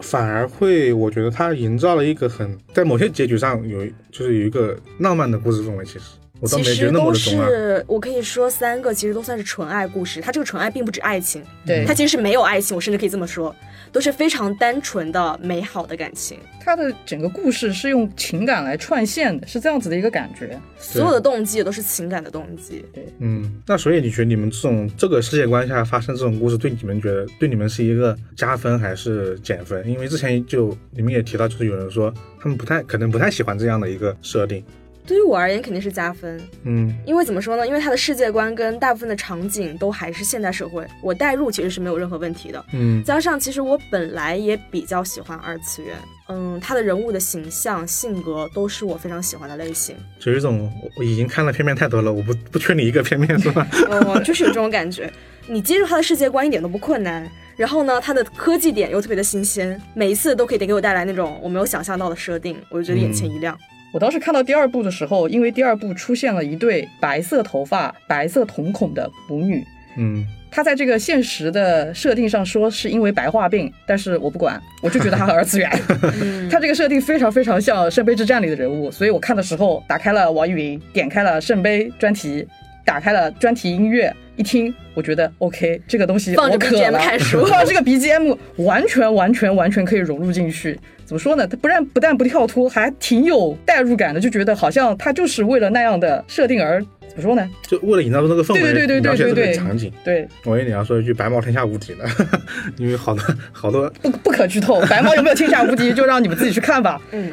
[SPEAKER 4] 反而会，我觉得他营造了一个很在某些结局上有就是有一个浪漫的故事氛围。其实我
[SPEAKER 2] 其
[SPEAKER 4] 倒没觉
[SPEAKER 2] 实
[SPEAKER 4] 得那么
[SPEAKER 2] 都
[SPEAKER 4] 的中二。
[SPEAKER 2] 是我可以说三个，其实都算是纯爱故事。它这个纯爱并不指爱情，
[SPEAKER 3] 对
[SPEAKER 2] 它其实是没有爱情，我甚至可以这么说，都是非常单纯的美好的感情。
[SPEAKER 3] 它的整个故事是用情感来串线的，是这样子的一个感觉。
[SPEAKER 2] 所有的动机也都是情感的动机。
[SPEAKER 4] 嗯，那所以你觉得你们这种这个世界观下发生这种故事，对你们觉得对你们是一个加分还是减分？因为之前就你们也提到，就是有人说他们不太可能不太喜欢这样的一个设定，
[SPEAKER 2] 对于我而言肯定是加分，
[SPEAKER 4] 嗯，
[SPEAKER 2] 因为怎么说呢？因为它的世界观跟大部分的场景都还是现代社会，我代入其实是没有任何问题的。
[SPEAKER 4] 嗯，
[SPEAKER 2] 加上其实我本来也比较喜欢二次元，嗯，他的人物的形象、性格都是我非常喜欢的类型，
[SPEAKER 4] 就有一种我我已经看了片面太多了，我不不缺你一个片面是吧？
[SPEAKER 2] 嗯，就是有这种感觉。你接受他的世界观一点都不困难，然后呢，他的科技点又特别的新鲜，每一次都可以给我带来那种我没有想象到的设定，我就觉得眼前一亮。
[SPEAKER 3] 我当时看到第二部的时候，因为第二部出现了一对白色头发、白色瞳孔的母女，
[SPEAKER 4] 嗯，
[SPEAKER 3] 她在这个现实的设定上说是因为白化病，但是我不管，我就觉得她很 二 次元。
[SPEAKER 2] 嗯
[SPEAKER 3] 她这个设定非常非常像《圣杯之战》里的人物，所以我看的时候打开了网易云，点开了圣杯专题，打开了专题音乐。一听，我觉得 OK，这个东西
[SPEAKER 2] 放着
[SPEAKER 3] 我渴
[SPEAKER 2] BGM
[SPEAKER 3] 了
[SPEAKER 2] 看书
[SPEAKER 3] 放这个 BGM 完全完全完全可以融入进去。怎么说呢？它不但不但不跳脱，还挺有代入感的，就觉得好像它就是为了那样的设定而怎么说呢？
[SPEAKER 4] 就为了营造出那个氛围，
[SPEAKER 3] 对对对对
[SPEAKER 4] 描写这
[SPEAKER 3] 对
[SPEAKER 4] 个
[SPEAKER 3] 对
[SPEAKER 4] 场景。
[SPEAKER 3] 对，
[SPEAKER 4] 我以为你要说一句“白毛天下无敌”呢， 因为好多好多
[SPEAKER 3] 不不可剧透，白猫有没有天下无敌，就让你们自己去看吧。
[SPEAKER 2] 嗯，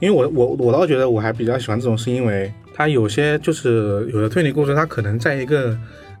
[SPEAKER 4] 因为我我我倒觉得我还比较喜欢这种，是因为它有些就是有的推理故事，它可能在一个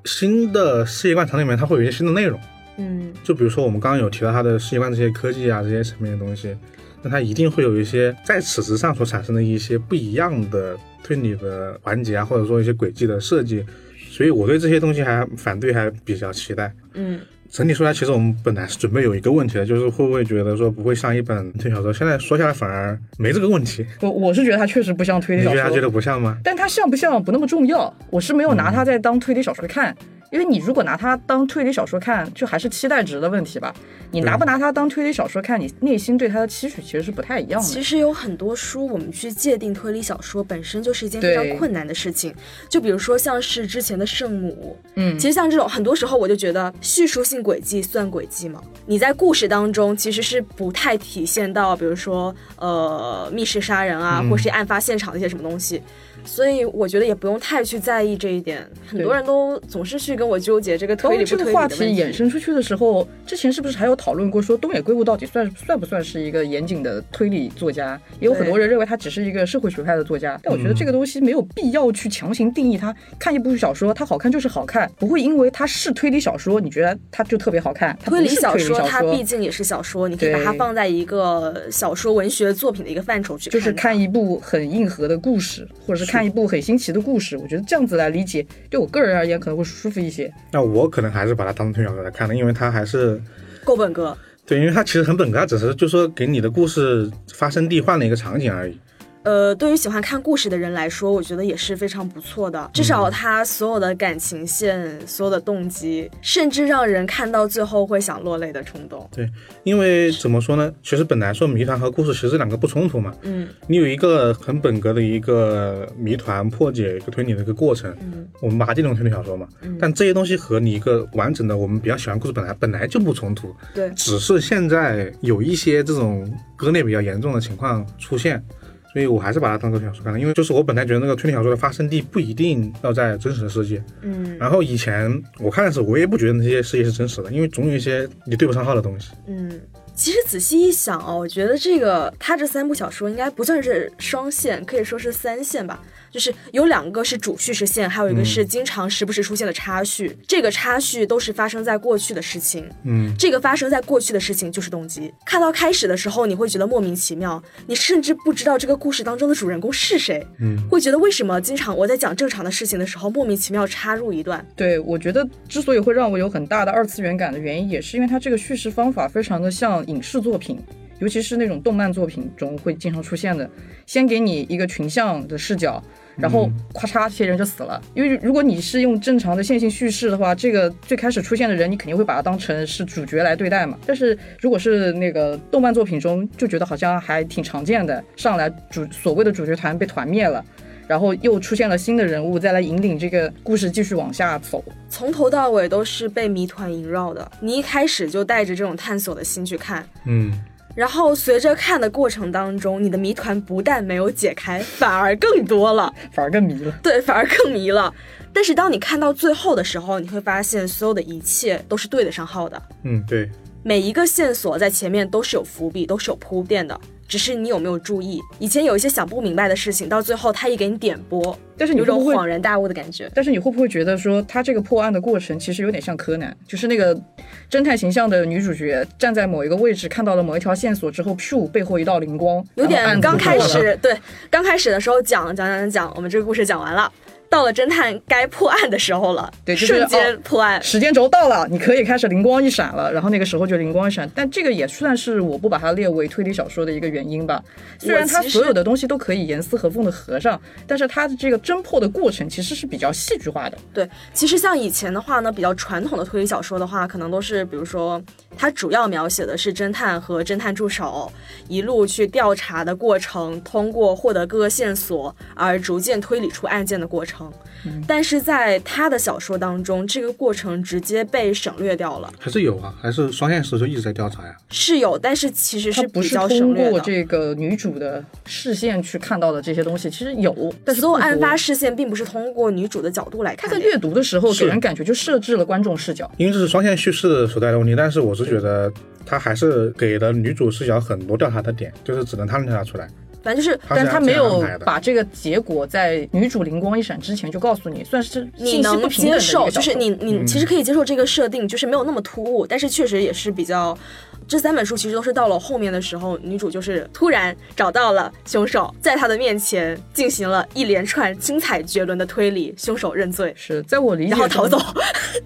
[SPEAKER 4] 新的世界观场里面，它会有一些新的内容。
[SPEAKER 2] 嗯，
[SPEAKER 4] 就比如说我们刚刚有提到它的世界观这些科技啊这些层面的东西，那它一定会有一些在此之上所产生的一些不一样的推理的环节啊，或者说一些轨迹的设计。所以我对这些东西还反对还比较期待。
[SPEAKER 2] 嗯，
[SPEAKER 4] 整体说来，其实我们本来是准备有一个问题的，就是会不会觉得说不会像一本推理小说，现在说下来反而没这个问题。
[SPEAKER 3] 我我是觉得它确实不像推
[SPEAKER 4] 你
[SPEAKER 3] 理小
[SPEAKER 4] 觉得他觉
[SPEAKER 3] 说，
[SPEAKER 4] 得不嗯像吗？
[SPEAKER 3] 但它像不像不那么重要。我是没有拿它在当推理小说看，因为你如果拿它当推理小说看，就还是期待值的问题吧。你拿不拿它当推理小说看，你内心对它的期许其实是不太一样的。
[SPEAKER 2] 其实有很多书，我们去界定推理小说本身就是一件非
[SPEAKER 3] 对
[SPEAKER 2] 常困难的事情。就比如说像是之前的《圣母》，
[SPEAKER 3] 嗯
[SPEAKER 2] 其实像这种，很多时候我就觉得叙述性轨迹算轨迹吗？你在故事当中其实是不太体现到，比如说呃密室杀人啊，
[SPEAKER 4] 嗯
[SPEAKER 2] 或是案发现场的一些什么东西。所以我觉得也不用太去在意这一点，很多
[SPEAKER 3] 对
[SPEAKER 2] 人都总是去跟我纠结这个推
[SPEAKER 3] 包括
[SPEAKER 2] 理不
[SPEAKER 3] 这
[SPEAKER 2] 推
[SPEAKER 3] 个
[SPEAKER 2] 理
[SPEAKER 3] 话
[SPEAKER 2] 的
[SPEAKER 3] 题
[SPEAKER 2] 问
[SPEAKER 3] 衍
[SPEAKER 2] 题。
[SPEAKER 3] 生出去的时候，之前是不是还有讨论过说东野圭吾到底算算不算是一个严谨的推理作家？也有很多人认为他只是一个社会学派的作家，但我
[SPEAKER 2] 嗯
[SPEAKER 3] 觉得这个东西没有必要去强行定义他。看一部小说，它好看就是好看，不会因为它是推理小说，你觉得它就特别好看。它不
[SPEAKER 2] 推理
[SPEAKER 3] 是推理
[SPEAKER 2] 小
[SPEAKER 3] 说
[SPEAKER 2] 说它毕竟也是小说，你可以把
[SPEAKER 3] 对
[SPEAKER 2] 它放在一个小说文学作品的一个范畴去看
[SPEAKER 3] 就
[SPEAKER 2] 它，
[SPEAKER 3] 是看一部很硬核的故事，或者是看一部很新奇的故事，我觉得这样子来理解，对我个人而言可能会舒服一些。
[SPEAKER 4] 那我可能还是把它当成推理小说来看的，因为它还是
[SPEAKER 2] 够本哥。
[SPEAKER 4] 对，因为它其实很本格，它只是就说给你的故事发生地换了一个场景而已。
[SPEAKER 2] 呃，对于喜欢看故事的人来说，我觉得也是非常不错的。至
[SPEAKER 3] 嗯
[SPEAKER 2] 少他所有的感情线、所有的动机，甚至让人看到最后会想落泪的冲动。
[SPEAKER 4] 因为怎么说呢，其实本来说谜团和故事其实这两个不冲突嘛，
[SPEAKER 2] 嗯
[SPEAKER 4] 你有一个很本格的一个谜团破解一个推理的一个过程，
[SPEAKER 2] 嗯
[SPEAKER 4] 我们把它定成推理小说嘛。
[SPEAKER 2] 嗯，
[SPEAKER 4] 但这些东西和你一个完整的我们比较喜欢的故事本来本来就不冲突，
[SPEAKER 2] 对
[SPEAKER 4] 只是现在有一些这种割裂比较严重的情况出现，所以我还是把它当个推理小说看的，因为就是我本来觉得那个推理小说的发生地不一定要在真实的世界，
[SPEAKER 2] 嗯
[SPEAKER 4] 然后以前我看的时候，我也不觉得那些世界是真实的，因为总有一些你对不上号的东西。
[SPEAKER 2] 嗯。其实仔细一想哦，我觉得这个他这三部小说应该不算是双线，可以说是三线吧。就是有两个是主叙事线，还有一个
[SPEAKER 4] 嗯
[SPEAKER 2] 是经常时不时出现的插叙。这个插叙都是发生在过去的事情，
[SPEAKER 4] 嗯，
[SPEAKER 2] 这个发生在过去的事情就是动机。看到开始的时候，你会觉得莫名其妙，你甚至不知道这个故事当中的主人公是谁，
[SPEAKER 4] 嗯，
[SPEAKER 2] 会觉得为什么经常我在讲正常的事情的时候，莫名其妙插入一段。
[SPEAKER 3] 对，我觉得之所以会让我有很大的二次元感的原因，也是因为它这个叙事方法非常的像影视作品，尤其是那种动漫作品中会经常出现的，先给你一个群像的视角，然后咔嚓，这些人就死了。因为如果你是用正常的线性叙事的话，这个最开始出现的人，你肯定会把它当成是主角来对待嘛。但是如果是那个动漫作品中，就觉得好像还挺常见的，上来主所谓的主角团被团灭了。然后又出现了新的人物，再来引领这个故事继续往下走。
[SPEAKER 2] 从头到尾都是被谜团萦绕的，你一开始就带着这种探索的心去看，
[SPEAKER 4] 嗯，
[SPEAKER 2] 然后随着看的过程当中，你的谜团不但没有解开，反而更多 了。
[SPEAKER 3] 反而更迷了。
[SPEAKER 2] 对，反而更迷了。但是当你看到最后的时候，你会发现所有的一切都是对得上号的。
[SPEAKER 4] 嗯，对，
[SPEAKER 2] 每一个线索在前面都是有伏笔，都是有铺垫的，只是你有没有注意？以前有一些想不明白的事情，到最后他一给你点拨，
[SPEAKER 3] 但是你
[SPEAKER 2] 有种
[SPEAKER 3] 会不会
[SPEAKER 2] 恍然大悟的感觉。
[SPEAKER 3] 但是你会不会觉得说，他这个破案的过程其实有点像柯南，就是那个侦探形象的女主角站在某一个位置，看到了某一条线索之后，咻，背后一道灵光，
[SPEAKER 2] 有
[SPEAKER 3] 然后
[SPEAKER 2] 点
[SPEAKER 3] 案子
[SPEAKER 2] 刚
[SPEAKER 3] 就
[SPEAKER 2] 开
[SPEAKER 3] 破了
[SPEAKER 2] 始，对，刚开始的时候讲讲讲讲讲，我们这个故事讲完了，到了侦探该破案的时候了，
[SPEAKER 3] 对就是
[SPEAKER 2] 瞬间
[SPEAKER 3] 哦
[SPEAKER 2] 破案，
[SPEAKER 3] 时间轴到了，你可以开始灵光一闪了，然后那个时候就灵光一闪，但这个也算是我不把它列为推理小说的一个原因吧。虽然它
[SPEAKER 2] 我其实
[SPEAKER 3] 所有的东西都可以严丝合缝的合上，但是它的这个侦破的过程其实是比较戏剧化的。
[SPEAKER 2] 对，其实像以前的话呢，比较传统的推理小说的话，可能都是比如说，它主要描写的是侦探和侦探助手一路去调查的过程，通过获得各个线索而逐渐推理出案件的过程。
[SPEAKER 3] 嗯
[SPEAKER 2] 但是在他的小说当中，这个过程直接被省略掉了，
[SPEAKER 4] 还是有啊，还是双线时就一直在调查呀。
[SPEAKER 2] 是有，但是其实
[SPEAKER 3] 它
[SPEAKER 2] 是
[SPEAKER 3] 不
[SPEAKER 2] 比
[SPEAKER 3] 是
[SPEAKER 2] 较
[SPEAKER 3] 通
[SPEAKER 2] 省略
[SPEAKER 3] 过
[SPEAKER 2] 的。
[SPEAKER 3] 这个女主的视线去看到的这些东西，其实有，但是
[SPEAKER 2] 所有案发
[SPEAKER 3] 时，
[SPEAKER 2] 事件并不是通过女主的角度来
[SPEAKER 3] 它
[SPEAKER 2] 看
[SPEAKER 3] 在
[SPEAKER 2] 的，
[SPEAKER 3] 阅读的时候给
[SPEAKER 4] 是
[SPEAKER 3] 人感觉就设置了观众视角。
[SPEAKER 4] 因为这是双线叙事所带来的问题，但是我是觉得他还是给了女主视角很多调查的点，就是只能她能调查出来。
[SPEAKER 2] 反正就是
[SPEAKER 4] 她
[SPEAKER 3] 但
[SPEAKER 4] 是
[SPEAKER 3] 是他
[SPEAKER 4] 这
[SPEAKER 3] 没
[SPEAKER 4] 样安
[SPEAKER 3] 有
[SPEAKER 4] 排的
[SPEAKER 3] 把这个结果在女主灵光一闪之前就告诉你，算是
[SPEAKER 2] 你
[SPEAKER 3] 信息不
[SPEAKER 2] 能
[SPEAKER 3] 平等
[SPEAKER 2] 接
[SPEAKER 3] 的一
[SPEAKER 2] 受，
[SPEAKER 3] 个角
[SPEAKER 2] 就是
[SPEAKER 3] 度
[SPEAKER 2] 你
[SPEAKER 4] 嗯
[SPEAKER 2] 你其实可以接受这个设定，就是没有那么突兀，但是确实也是比较。这三本书其实都是到了后面的时候，女主就是突然找到了凶手，在他的面前进行了一连串精彩绝伦的推理，凶手认罪，
[SPEAKER 3] 是在我理解
[SPEAKER 2] 然后逃
[SPEAKER 3] 中
[SPEAKER 2] 走。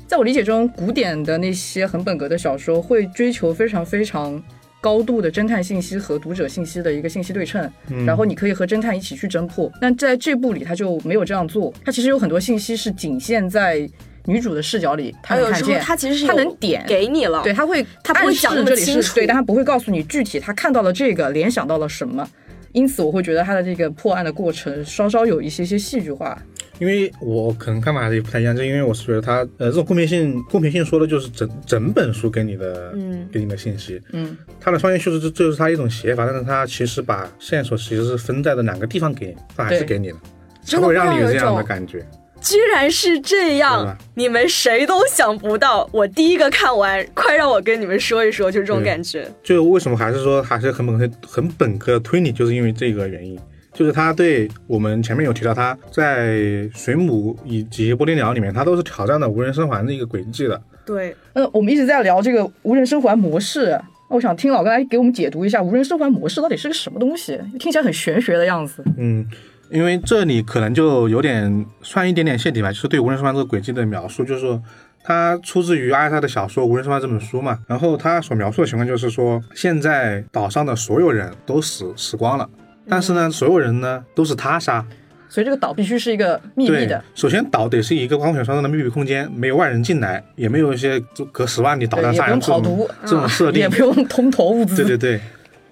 [SPEAKER 3] 在我理解中，古典的那些很本格的小说会追求非常非常高度的侦探信息和读者信息的一个信息对称，然后你可以和侦探一起去侦破。但在这部里，他就没有这样做，他其实有很多信息是仅限在女主的视角里，他
[SPEAKER 2] 还
[SPEAKER 3] 能
[SPEAKER 2] 有
[SPEAKER 3] 看
[SPEAKER 2] 时候
[SPEAKER 3] 见，
[SPEAKER 2] 他其实是
[SPEAKER 3] 他
[SPEAKER 2] 有
[SPEAKER 3] 能点
[SPEAKER 2] 给你了，
[SPEAKER 3] 对，他会
[SPEAKER 2] 他不会
[SPEAKER 3] 暗示
[SPEAKER 2] 讲那么
[SPEAKER 3] 这里是
[SPEAKER 2] 清楚
[SPEAKER 3] 对，但他不会告诉你具体他看到了这个，联想到了什么。因此，我会觉得他的这个破案的过程稍稍有一些些戏剧化。
[SPEAKER 4] 因为我可能看法还是不太一样，就因为我是觉得它，呃，这种公平性，公平性说的就是整整本书给你的，
[SPEAKER 2] 嗯
[SPEAKER 4] 给你的信息，
[SPEAKER 3] 嗯，
[SPEAKER 4] 它的双线叙事就就是它一种写法，但是它其实把线索其实是分在了两个地方给你，它还是
[SPEAKER 3] 对
[SPEAKER 4] 给你的，才
[SPEAKER 2] 真的
[SPEAKER 4] 会
[SPEAKER 2] 会
[SPEAKER 4] 让
[SPEAKER 2] 让
[SPEAKER 4] 你有
[SPEAKER 2] 有一
[SPEAKER 4] 这样的
[SPEAKER 2] 种
[SPEAKER 4] 感觉。
[SPEAKER 2] 居然是这
[SPEAKER 4] 对
[SPEAKER 2] 样
[SPEAKER 4] 吧，
[SPEAKER 2] 你们谁都想不到，我第一个看完，快让我跟你们说一说，就是这种
[SPEAKER 4] 对
[SPEAKER 2] 感觉。
[SPEAKER 4] 就为什么还是说还是很本科很本科的推理，就是因为这个原因，就是他对我们前面有提到他在水母以及波利鸟里面，他都是挑战的无人生还的一个轨迹的。
[SPEAKER 2] 对，
[SPEAKER 3] 呃，我们一直在聊这个无人生还模式，那我想听老哥来给我们解读一下无人生还模式到底是个什么东西，听起来很玄学的样子。
[SPEAKER 4] 嗯，因为这里可能就有点算一点点泄底吧，就是对无人生还这个轨迹的描述，就是说。它出自于阿加莎的小说《无人生还》这本书嘛，然后它所描述的情况就是说，现在岛上的所有人都死死光了，但是呢，所有人呢都是他杀，
[SPEAKER 3] 所以这个岛必须是一个秘密
[SPEAKER 4] 对，
[SPEAKER 3] 的，
[SPEAKER 4] 首先岛得是一个光圈双灯的密闭空间，没有外人进来，也没有一些就隔十万里导
[SPEAKER 3] 对，
[SPEAKER 4] 弹
[SPEAKER 3] 也
[SPEAKER 4] 杀
[SPEAKER 3] 不用
[SPEAKER 4] 人这
[SPEAKER 3] 跑
[SPEAKER 4] 种
[SPEAKER 3] 毒，
[SPEAKER 4] 这种设定
[SPEAKER 3] 也不。用通投物资。
[SPEAKER 4] 对对对，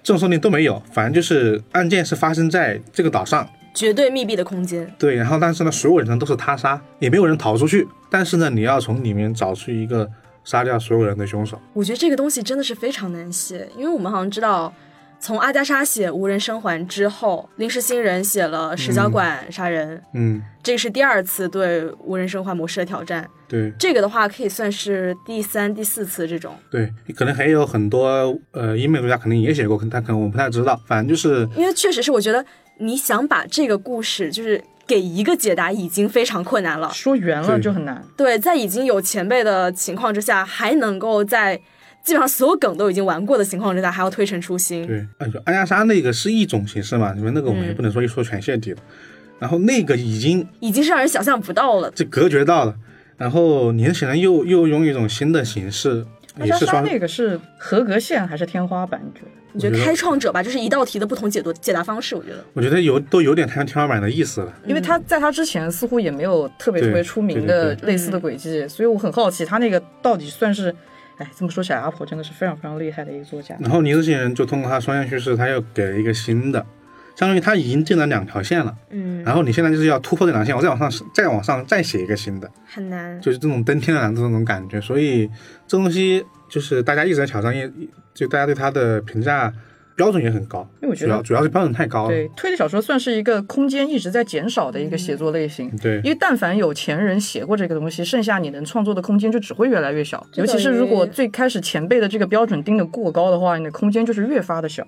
[SPEAKER 4] 这种设定都没有，反正就是案件是发生在这个岛上。
[SPEAKER 2] 绝对密闭的空间。
[SPEAKER 4] 对，然后但是呢，所有人呢都是他杀，也没有人逃出去。但是呢，你要从里面找出一个杀掉所有人的凶手。
[SPEAKER 2] 我觉得这个东西真的是非常难写，因为我们好像知道，从阿加莎写《无人生还》之后，临时新人写了石交馆杀人，
[SPEAKER 4] 嗯，
[SPEAKER 2] 这个是第二次对无人生还模式的挑战。
[SPEAKER 4] 对
[SPEAKER 2] 这个的话可以算是第三、第四次这种，
[SPEAKER 4] 对，可能还有很多呃英美作家可能也写过，但可能我们不太知道。反正就是
[SPEAKER 2] 因为确实是我觉得你想把这个故事就是给一个解答已经非常困难了。
[SPEAKER 3] 说圆了
[SPEAKER 4] 对
[SPEAKER 3] 就很难。
[SPEAKER 2] 对，在已经有前辈的情况之下，还能够在基本上所有梗都已经玩过的情况之下，还要推陈出新。
[SPEAKER 4] 对，啊，就安加莎那个是一种形式嘛，因为那个我们也
[SPEAKER 3] 嗯
[SPEAKER 4] 不能说一说全泄底了。然后那个已经
[SPEAKER 2] 已经是让人想象不到了。
[SPEAKER 4] 就隔绝到了，然后年显然又又用一种新的形式，
[SPEAKER 3] 那
[SPEAKER 4] 也
[SPEAKER 3] 莎
[SPEAKER 4] 是
[SPEAKER 3] 莎
[SPEAKER 4] 双
[SPEAKER 3] 那个是合格线还是天花板？你觉得？
[SPEAKER 2] 你觉得
[SPEAKER 4] 我觉得
[SPEAKER 2] 开创者吧，就是一道题的不同解读解答方式，我觉得
[SPEAKER 4] 我觉得有都有点太像天花板的意思了。
[SPEAKER 3] 因为他在他之前似乎也没有特别
[SPEAKER 4] 嗯对
[SPEAKER 3] 特别出名
[SPEAKER 4] 对
[SPEAKER 3] 的
[SPEAKER 4] 对
[SPEAKER 3] 类似的轨迹，所以我很好奇他那个到底算是，哎，这么说起来，阿婆真的是非常非常厉害的一个作家。
[SPEAKER 4] 然后尼斯星人就通过他双向叙事，他又给了一个新的，相当于他已经进了两条线了。嗯，然后你现在就是要突破这两条线，我再往上再往上再写一个新的，
[SPEAKER 2] 很难。
[SPEAKER 4] 就是这种登天的难度那种感觉。所以这东西就是大家一直在挑战，也就大家对它的评价标准也很高，
[SPEAKER 3] 因为我觉
[SPEAKER 4] 主
[SPEAKER 3] 得
[SPEAKER 4] 要主要是标准太高了。
[SPEAKER 3] 对，推理小说算是一个空间一直在减少的一个写作类型。
[SPEAKER 4] 对
[SPEAKER 3] 因为但凡有钱人写过这个东西，剩下你能创作的空间就只会越来越小。
[SPEAKER 2] 这
[SPEAKER 3] 尤
[SPEAKER 2] 个
[SPEAKER 3] 其是如果
[SPEAKER 2] 也
[SPEAKER 3] 最开始前辈的这个标准定得过高的话，你的空间就是越发的小。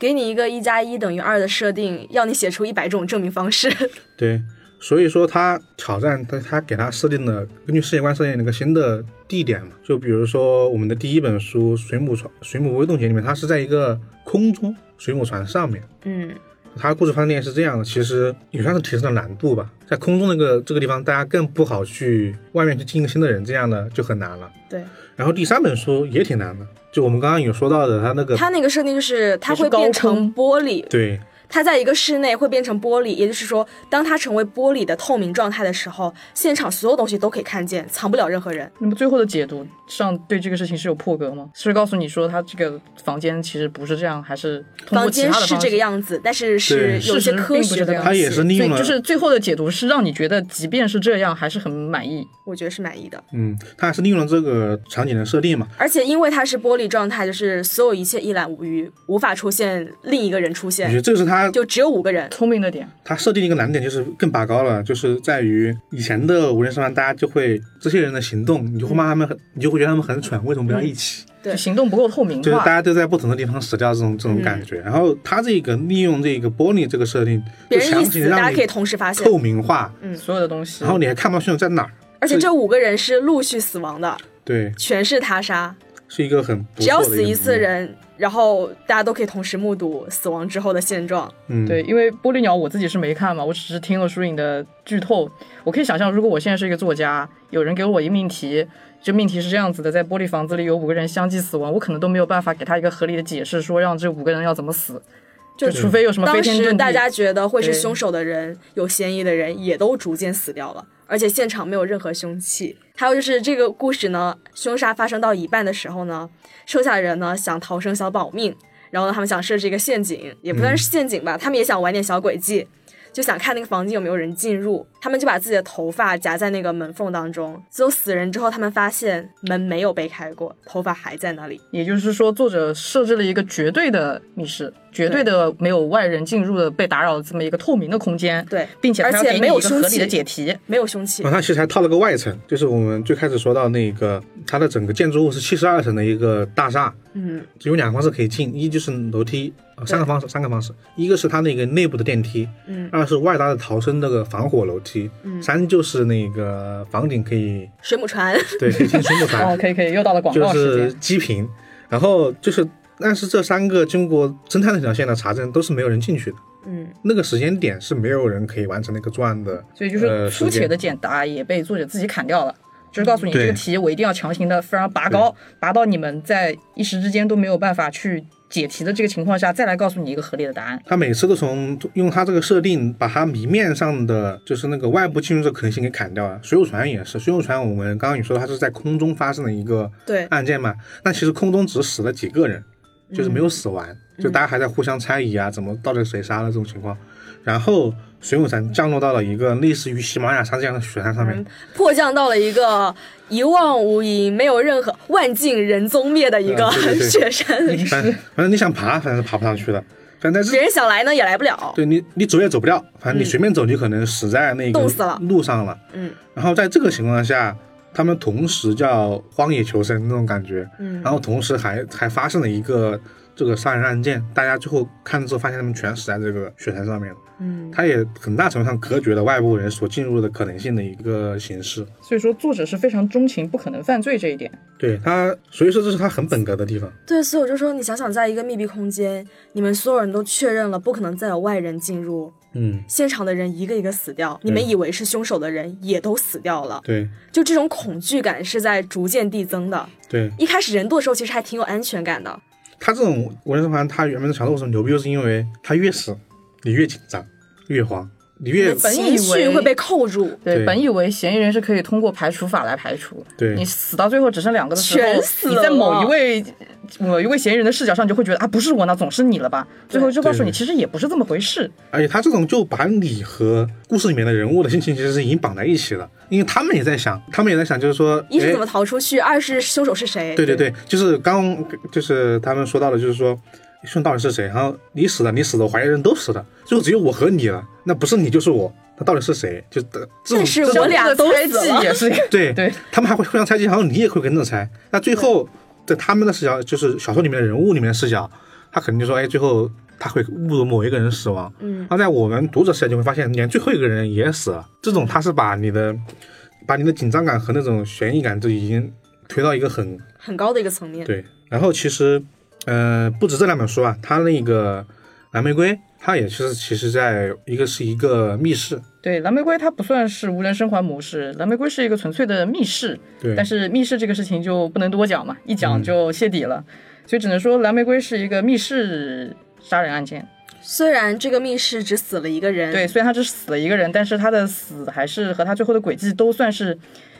[SPEAKER 2] 给你一个一加一等于二的设定，要你写出一百种证明方式。
[SPEAKER 4] 对，所以说他挑战他他给他设定的，根据世界观设定了一个新的地点嘛，就比如说我们的第一本书《水母船水母微动节》里面，它是在一个空中水母船上面。
[SPEAKER 2] 嗯，
[SPEAKER 4] 它故事发生点是这样的，其实也算是提升了难度吧，在空中那个这个地方，大家更不好去外面去进一个新的人，这样的就很难了。
[SPEAKER 2] 对，
[SPEAKER 4] 然后第三本书也挺难的，就我们刚刚有说到的，它那个
[SPEAKER 2] 它那个设定就是它
[SPEAKER 3] 也是
[SPEAKER 2] 会
[SPEAKER 3] 高
[SPEAKER 2] 变成玻璃，
[SPEAKER 4] 对
[SPEAKER 2] 它在一个室内会变成玻璃，也就是说，当它成为玻璃的透明状态的时候，现场所有东西都可以看见，藏不了任何人。
[SPEAKER 3] 那么最后的解读上对这个事情是有破格吗？是告诉你说他这个房间其实不是这样，还是通
[SPEAKER 2] 房
[SPEAKER 3] 过其
[SPEAKER 2] 间
[SPEAKER 3] 他的
[SPEAKER 2] 是
[SPEAKER 3] 方式
[SPEAKER 2] 这个样子，但是
[SPEAKER 4] 对
[SPEAKER 2] 是有一些
[SPEAKER 3] 事实
[SPEAKER 2] 科
[SPEAKER 3] 并不是
[SPEAKER 2] 学
[SPEAKER 3] 这
[SPEAKER 2] 的
[SPEAKER 3] 样
[SPEAKER 2] 东西。
[SPEAKER 4] 它也是利
[SPEAKER 3] 所
[SPEAKER 4] 用
[SPEAKER 3] 以就
[SPEAKER 4] 了
[SPEAKER 3] 是最后的解读是让你觉得，即便是这样，还是很满意。
[SPEAKER 2] 我觉得是满意的。
[SPEAKER 4] 嗯，它还是利用了这个场景的设定嘛，
[SPEAKER 2] 而且因为它是玻璃状态，就是所有一切一览无余，无法出现另一个人出
[SPEAKER 4] 我觉得
[SPEAKER 2] 现，
[SPEAKER 4] 这个是它
[SPEAKER 2] 就只有五个人。
[SPEAKER 3] 聪明的点，
[SPEAKER 4] 它设定一个难点，就是更拔高了，就是在于以前的无人生还，大家就会这些人的行动，你就会骂他们很，
[SPEAKER 2] 嗯
[SPEAKER 4] 你就会觉得他们很蠢，为什么不要一起？
[SPEAKER 2] 对
[SPEAKER 3] 就行动不够透明
[SPEAKER 4] 就是大
[SPEAKER 3] 化。
[SPEAKER 4] 家都在不同的地方死掉这种这种感觉。然后它这个利用这个玻璃这个设定，
[SPEAKER 2] 嗯别
[SPEAKER 4] 就
[SPEAKER 2] 人
[SPEAKER 4] 强
[SPEAKER 2] 一
[SPEAKER 4] 行
[SPEAKER 2] 死，大
[SPEAKER 4] 让
[SPEAKER 2] 家可以
[SPEAKER 4] 你
[SPEAKER 2] 同时发现。
[SPEAKER 4] 透明化，
[SPEAKER 2] 嗯
[SPEAKER 3] 所有的东西，
[SPEAKER 4] 然后你还看不到凶手在哪儿。
[SPEAKER 2] 而且这五个人是陆续死亡的，
[SPEAKER 4] 对，
[SPEAKER 2] 全是他杀，
[SPEAKER 4] 是一个很不
[SPEAKER 2] 只要
[SPEAKER 4] 错的
[SPEAKER 2] 死
[SPEAKER 4] 一
[SPEAKER 2] 一
[SPEAKER 4] 个
[SPEAKER 2] 次
[SPEAKER 4] 模式，
[SPEAKER 2] 人，然后大家都可以同时目睹死亡之后的现状。
[SPEAKER 4] 嗯，
[SPEAKER 3] 对，因为《玻璃鸟》我自己是没看嘛，我只是听了书影的剧透。我可以想象，如果我现在是一个作家，有人给我一个命题，这命题是这样子的：在玻璃房子里有五个人相继死亡，我可能都没有办法给他一个合理的解释，说让这五个人要怎么死，就除非有什么飞
[SPEAKER 2] 当
[SPEAKER 3] 天遁
[SPEAKER 2] 时
[SPEAKER 3] 地。
[SPEAKER 2] 大家觉得会是
[SPEAKER 3] 对
[SPEAKER 2] 凶手的人、有嫌疑的人也都逐渐死掉了，而且现场没有任何凶器。还有就是这个故事呢，凶杀发生到一半的时候呢，剩下的人呢想逃生想保命，然后他们想设置一个陷阱，也不算
[SPEAKER 3] 嗯
[SPEAKER 2] 是陷阱吧，他们也想玩点小诡计。就想看那个房间有没有人进入，他们就把自己的头发夹在那个门缝当中。最后死人之后，他们发现门没有被开过，头发还在那里。
[SPEAKER 3] 也就是说，作者设置了一个绝对的密室，绝对的没有外人进入的被打扰的这么一个透明的空间。
[SPEAKER 2] 对
[SPEAKER 3] 并且他
[SPEAKER 2] 而
[SPEAKER 3] 要
[SPEAKER 2] 且
[SPEAKER 3] 给你
[SPEAKER 2] 没有
[SPEAKER 3] 一个合
[SPEAKER 2] 凶
[SPEAKER 3] 理的
[SPEAKER 2] 器
[SPEAKER 3] 解题。
[SPEAKER 4] 哎
[SPEAKER 2] 没有凶器
[SPEAKER 3] 嗯
[SPEAKER 4] 然，后它其实还套了个外层，就是我们最开始说到那个，它的整个建筑物是七十二层的一个大厦，
[SPEAKER 2] 嗯，
[SPEAKER 4] 只有两个方式可以进，一就是楼梯，呃，三个方式，三个方式，一个是它那个内部的电梯，
[SPEAKER 2] 嗯，
[SPEAKER 4] 二是外搭的逃生那个防火楼梯，嗯，三就是那个房顶 可以，
[SPEAKER 2] 水母船。
[SPEAKER 4] 对，可以进水母
[SPEAKER 3] 哦，
[SPEAKER 4] 船，
[SPEAKER 3] 可以可以，又到了广
[SPEAKER 4] 就
[SPEAKER 3] 告时间。
[SPEAKER 4] 是基频，然后就是，但是这三个经过侦探这条线的查证，都是没有人进去的。
[SPEAKER 2] 嗯，
[SPEAKER 4] 那个时间点是没有人可以完成那个作案的，
[SPEAKER 3] 所以就是
[SPEAKER 4] 呃
[SPEAKER 3] 粗
[SPEAKER 4] 时
[SPEAKER 3] 浅
[SPEAKER 4] 间
[SPEAKER 3] 的简答也被作者自己砍掉了，就是告诉你这
[SPEAKER 4] 对
[SPEAKER 3] 个题我一定要强行的非常拔高，拔到你们在一时之间都没有办法去解题的这个情况下，再来告诉你一个合理的答案。
[SPEAKER 4] 他每次都从用他这个设定，把他谜面上的就是那个外部进入的可能性给砍掉了。啊水手船也是，水手船我们刚刚也说它是在空中发生的一个
[SPEAKER 2] 对
[SPEAKER 4] 案件嘛，那其实空中只死了几个人，就是没有死完，
[SPEAKER 2] 嗯
[SPEAKER 4] 就大家还在互相猜疑啊，怎么到底谁杀了这种情况。然后水手船降落到了一个类似于喜马拉雅山这样的雪山上面，
[SPEAKER 2] 迫降到了一个一望无垠、没有任何万径人踪灭的一个
[SPEAKER 4] 啊对对对
[SPEAKER 2] 雪山里，
[SPEAKER 4] 反正反正你想爬，反正是爬不上去的。反正在
[SPEAKER 2] 别
[SPEAKER 4] 这，
[SPEAKER 2] 人想来呢也来不了。
[SPEAKER 4] 对你你走也走不掉，反正你随便走，你可能死在那
[SPEAKER 2] 嗯
[SPEAKER 4] 个
[SPEAKER 2] 冻死了
[SPEAKER 4] 路上了。
[SPEAKER 2] 嗯
[SPEAKER 4] 然后在这个情况下，他们同时叫荒野求生那种感觉，
[SPEAKER 2] 嗯
[SPEAKER 4] 然后同时还还发生了一个这个杀人案件，大家最后看了之后发现他们全死在这个雪山上面了，
[SPEAKER 2] 嗯，
[SPEAKER 4] 它也很大程度上隔绝了外部人所进入的可能性的一个形式。
[SPEAKER 3] 所以说作者是非常钟情不可能犯罪这一点，
[SPEAKER 4] 对它，所以说这是它很本格的地方。
[SPEAKER 2] 对，所以我就说，你想想，在一个密闭空间，你们所有人都确认了不可能再有外人进入，
[SPEAKER 4] 嗯，
[SPEAKER 2] 现场的人一个一个死掉，你们以为是凶手的人也都死掉了，
[SPEAKER 4] 对
[SPEAKER 2] 就这种恐惧感是在逐渐递增的。
[SPEAKER 4] 对，
[SPEAKER 2] 一开始人多的时候，其实还挺有安全感的。
[SPEAKER 4] 它这种无人生还，它原本的强度为什么牛逼，就是因为它越死你越紧张，越慌，你越
[SPEAKER 3] 本以
[SPEAKER 2] 情绪
[SPEAKER 3] 为
[SPEAKER 2] 会被扣住，
[SPEAKER 3] 对，
[SPEAKER 4] 对
[SPEAKER 3] 本以为嫌疑人是可以通过排除法来排除，
[SPEAKER 4] 对
[SPEAKER 3] 你死到最后只剩两个的时候
[SPEAKER 2] 全，死
[SPEAKER 3] 你在某
[SPEAKER 2] 了
[SPEAKER 3] 一位某一位嫌疑人的视角上，你就会觉得啊，不是我呢，总是你了吧？最后就告诉你，
[SPEAKER 4] 对
[SPEAKER 3] 其实也不是这么回事。
[SPEAKER 4] 而且他这种就把你和故事里面的人物的心情其实是已经绑在一起了，因为他们也在想，他们也在想，就是说，
[SPEAKER 2] 一是
[SPEAKER 4] 诶
[SPEAKER 2] 怎么逃出去，二是凶手是谁。
[SPEAKER 4] 对对对，就是刚就是他们说到的，就是说，凶手到底是谁？然后你死了，你死了，我怀疑的人都死了，最后只有我和你了，那不是你就是我，那到底是谁？就这种
[SPEAKER 2] 但是
[SPEAKER 4] 这种
[SPEAKER 2] 我俩都
[SPEAKER 3] 猜
[SPEAKER 2] 死
[SPEAKER 3] 忌
[SPEAKER 2] 了
[SPEAKER 3] 也是
[SPEAKER 4] 对
[SPEAKER 3] 对
[SPEAKER 4] 他们还会互相猜忌，然后你也会跟着猜。那最后在他们的视角，就是小说里面的人物里面的视角，他肯定就说，哎，最后他会误入某一个人死亡。嗯，那在我们读者视角就会发现，连最后一个人也死了。这种他是把你的把你的紧张感和那种悬疑感都已经推到一个很
[SPEAKER 2] 很高的一个层面。
[SPEAKER 4] 对，然后其实，呃，不止这两本书啊，它那个蓝玫瑰，它也是其实在一个是一个密室，
[SPEAKER 3] 对，蓝玫瑰它不算是无人生还模式，蓝玫瑰是一个纯粹的密室，
[SPEAKER 4] 对，
[SPEAKER 3] 但是密室这个事情就不能多讲嘛，一讲就泄底了，所以只能说蓝玫瑰是一个密室杀人案件。
[SPEAKER 2] 虽然这个密室只死了一个人，
[SPEAKER 3] 对，，虽然他只死了一个人，但是他的死还是和他最后的轨迹都算是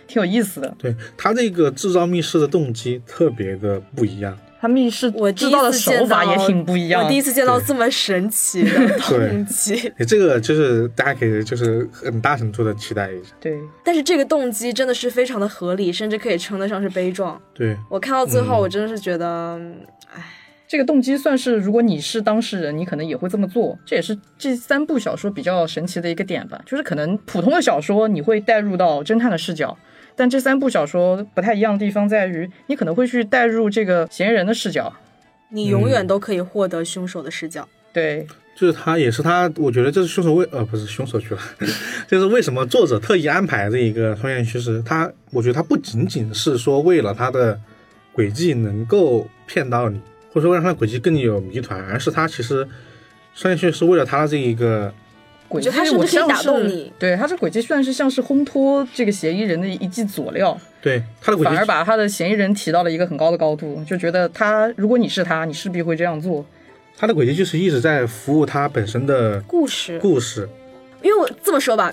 [SPEAKER 3] 挺有意思的。
[SPEAKER 4] 对它这个制造密室的动机特别的不一样，
[SPEAKER 3] 他密室
[SPEAKER 2] 我第
[SPEAKER 3] 制
[SPEAKER 2] 一
[SPEAKER 3] 造的
[SPEAKER 2] 次见
[SPEAKER 3] 手
[SPEAKER 2] 到
[SPEAKER 3] 法也挺不一样
[SPEAKER 2] 我第一
[SPEAKER 3] 的。
[SPEAKER 2] 次见到这么神奇的动机，
[SPEAKER 4] 你这个就是大家可以就是很大程度的期待一下，
[SPEAKER 3] 对，
[SPEAKER 2] 但是这个动机真的是非常的合理，甚至可以称得上是悲壮。
[SPEAKER 4] 对，
[SPEAKER 2] 我看到最后，我真的是觉得，哎、
[SPEAKER 3] 这个动机算是，如果你是当事人，你可能也会这么做。这也是这三部小说比较神奇的一个点吧，就是可能普通的小说你会带入到侦探的视角，但这三部小说不太一样的地方在于，你可能会去带入这个嫌疑人的视角。
[SPEAKER 2] 你永远都可以获得凶手的视角。
[SPEAKER 3] 对，
[SPEAKER 4] 就是他也是他，我觉得这是凶手为呃不是凶手去了， 就是为什么作者特意安排这一个双线叙事，他我觉得他不仅仅是说为了他的轨迹能够骗到你，或者说让他的轨迹更有谜团，而是他其实双线叙事为了他的这一个
[SPEAKER 3] 轨迹
[SPEAKER 2] 就他是不
[SPEAKER 3] 我
[SPEAKER 2] 是可以
[SPEAKER 3] 像
[SPEAKER 2] 打动
[SPEAKER 3] 是
[SPEAKER 2] 你
[SPEAKER 3] 对，他这轨迹算是像是烘托这个嫌疑人的一剂佐料。
[SPEAKER 4] 对他的轨
[SPEAKER 3] 反而
[SPEAKER 4] 迹，
[SPEAKER 3] 把他的嫌疑人提到了一个很高的高度，就觉得他，如果你是他，你势必会这样做。
[SPEAKER 4] 他的轨迹就是一直在服务他本身的
[SPEAKER 2] 故事，
[SPEAKER 4] 故事，
[SPEAKER 2] 因为我这么说吧，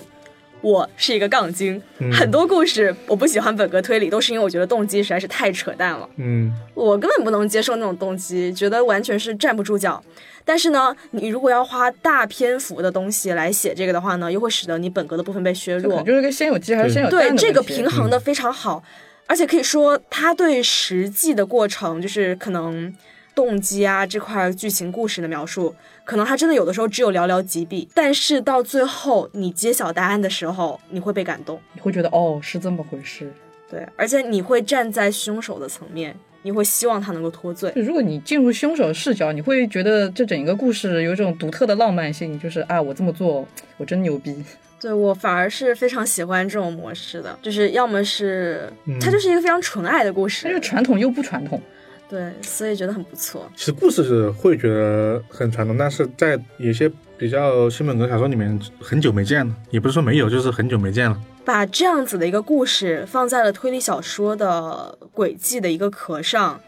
[SPEAKER 2] 我是一个杠精，很多故事我不喜欢本格推理，都是因为我觉得动机实在是太扯淡了。
[SPEAKER 4] 嗯，
[SPEAKER 2] 我根本不能接受那种动机，觉得完全是站不住脚。但是呢，你如果要花大篇幅的东西来写这个的话呢，又会使得你本格的部分被削
[SPEAKER 3] 这可
[SPEAKER 2] 弱
[SPEAKER 3] 能。就是个先有鸡还是先有蛋
[SPEAKER 2] 对
[SPEAKER 3] 的
[SPEAKER 2] 这个
[SPEAKER 3] 问题
[SPEAKER 2] 平衡的非常好，而且可以说他对实际的过程，就是可能呃动机啊这块剧情故事的描述，可能他真的有的时候只有寥寥几笔，但是到最后你揭晓答案的时候，你会被感动。
[SPEAKER 3] 你会觉得哦，是这么回事。
[SPEAKER 2] 对，而且你会站在凶手的层面，你会希望他能够脱罪。
[SPEAKER 3] 就如果你进入凶手视角，你会觉得这整个故事有一种独特的浪漫性，就是啊，我这么做，我真牛逼。
[SPEAKER 2] 对我反而是非常喜欢这种模式的，就是要么是、
[SPEAKER 4] 嗯
[SPEAKER 2] 它就是一个非常纯爱的故
[SPEAKER 3] 但
[SPEAKER 2] 事
[SPEAKER 4] 哎
[SPEAKER 3] 是，传统又不传统，
[SPEAKER 2] 对，所以觉得很不错。
[SPEAKER 4] 其实故事是会觉得很传统，但是在有些比较新本格小说里面很久没见了，也不是说没有，就是很久没见了。
[SPEAKER 2] 把这样子的一个故事放在了推理小说的轨迹的一个壳上，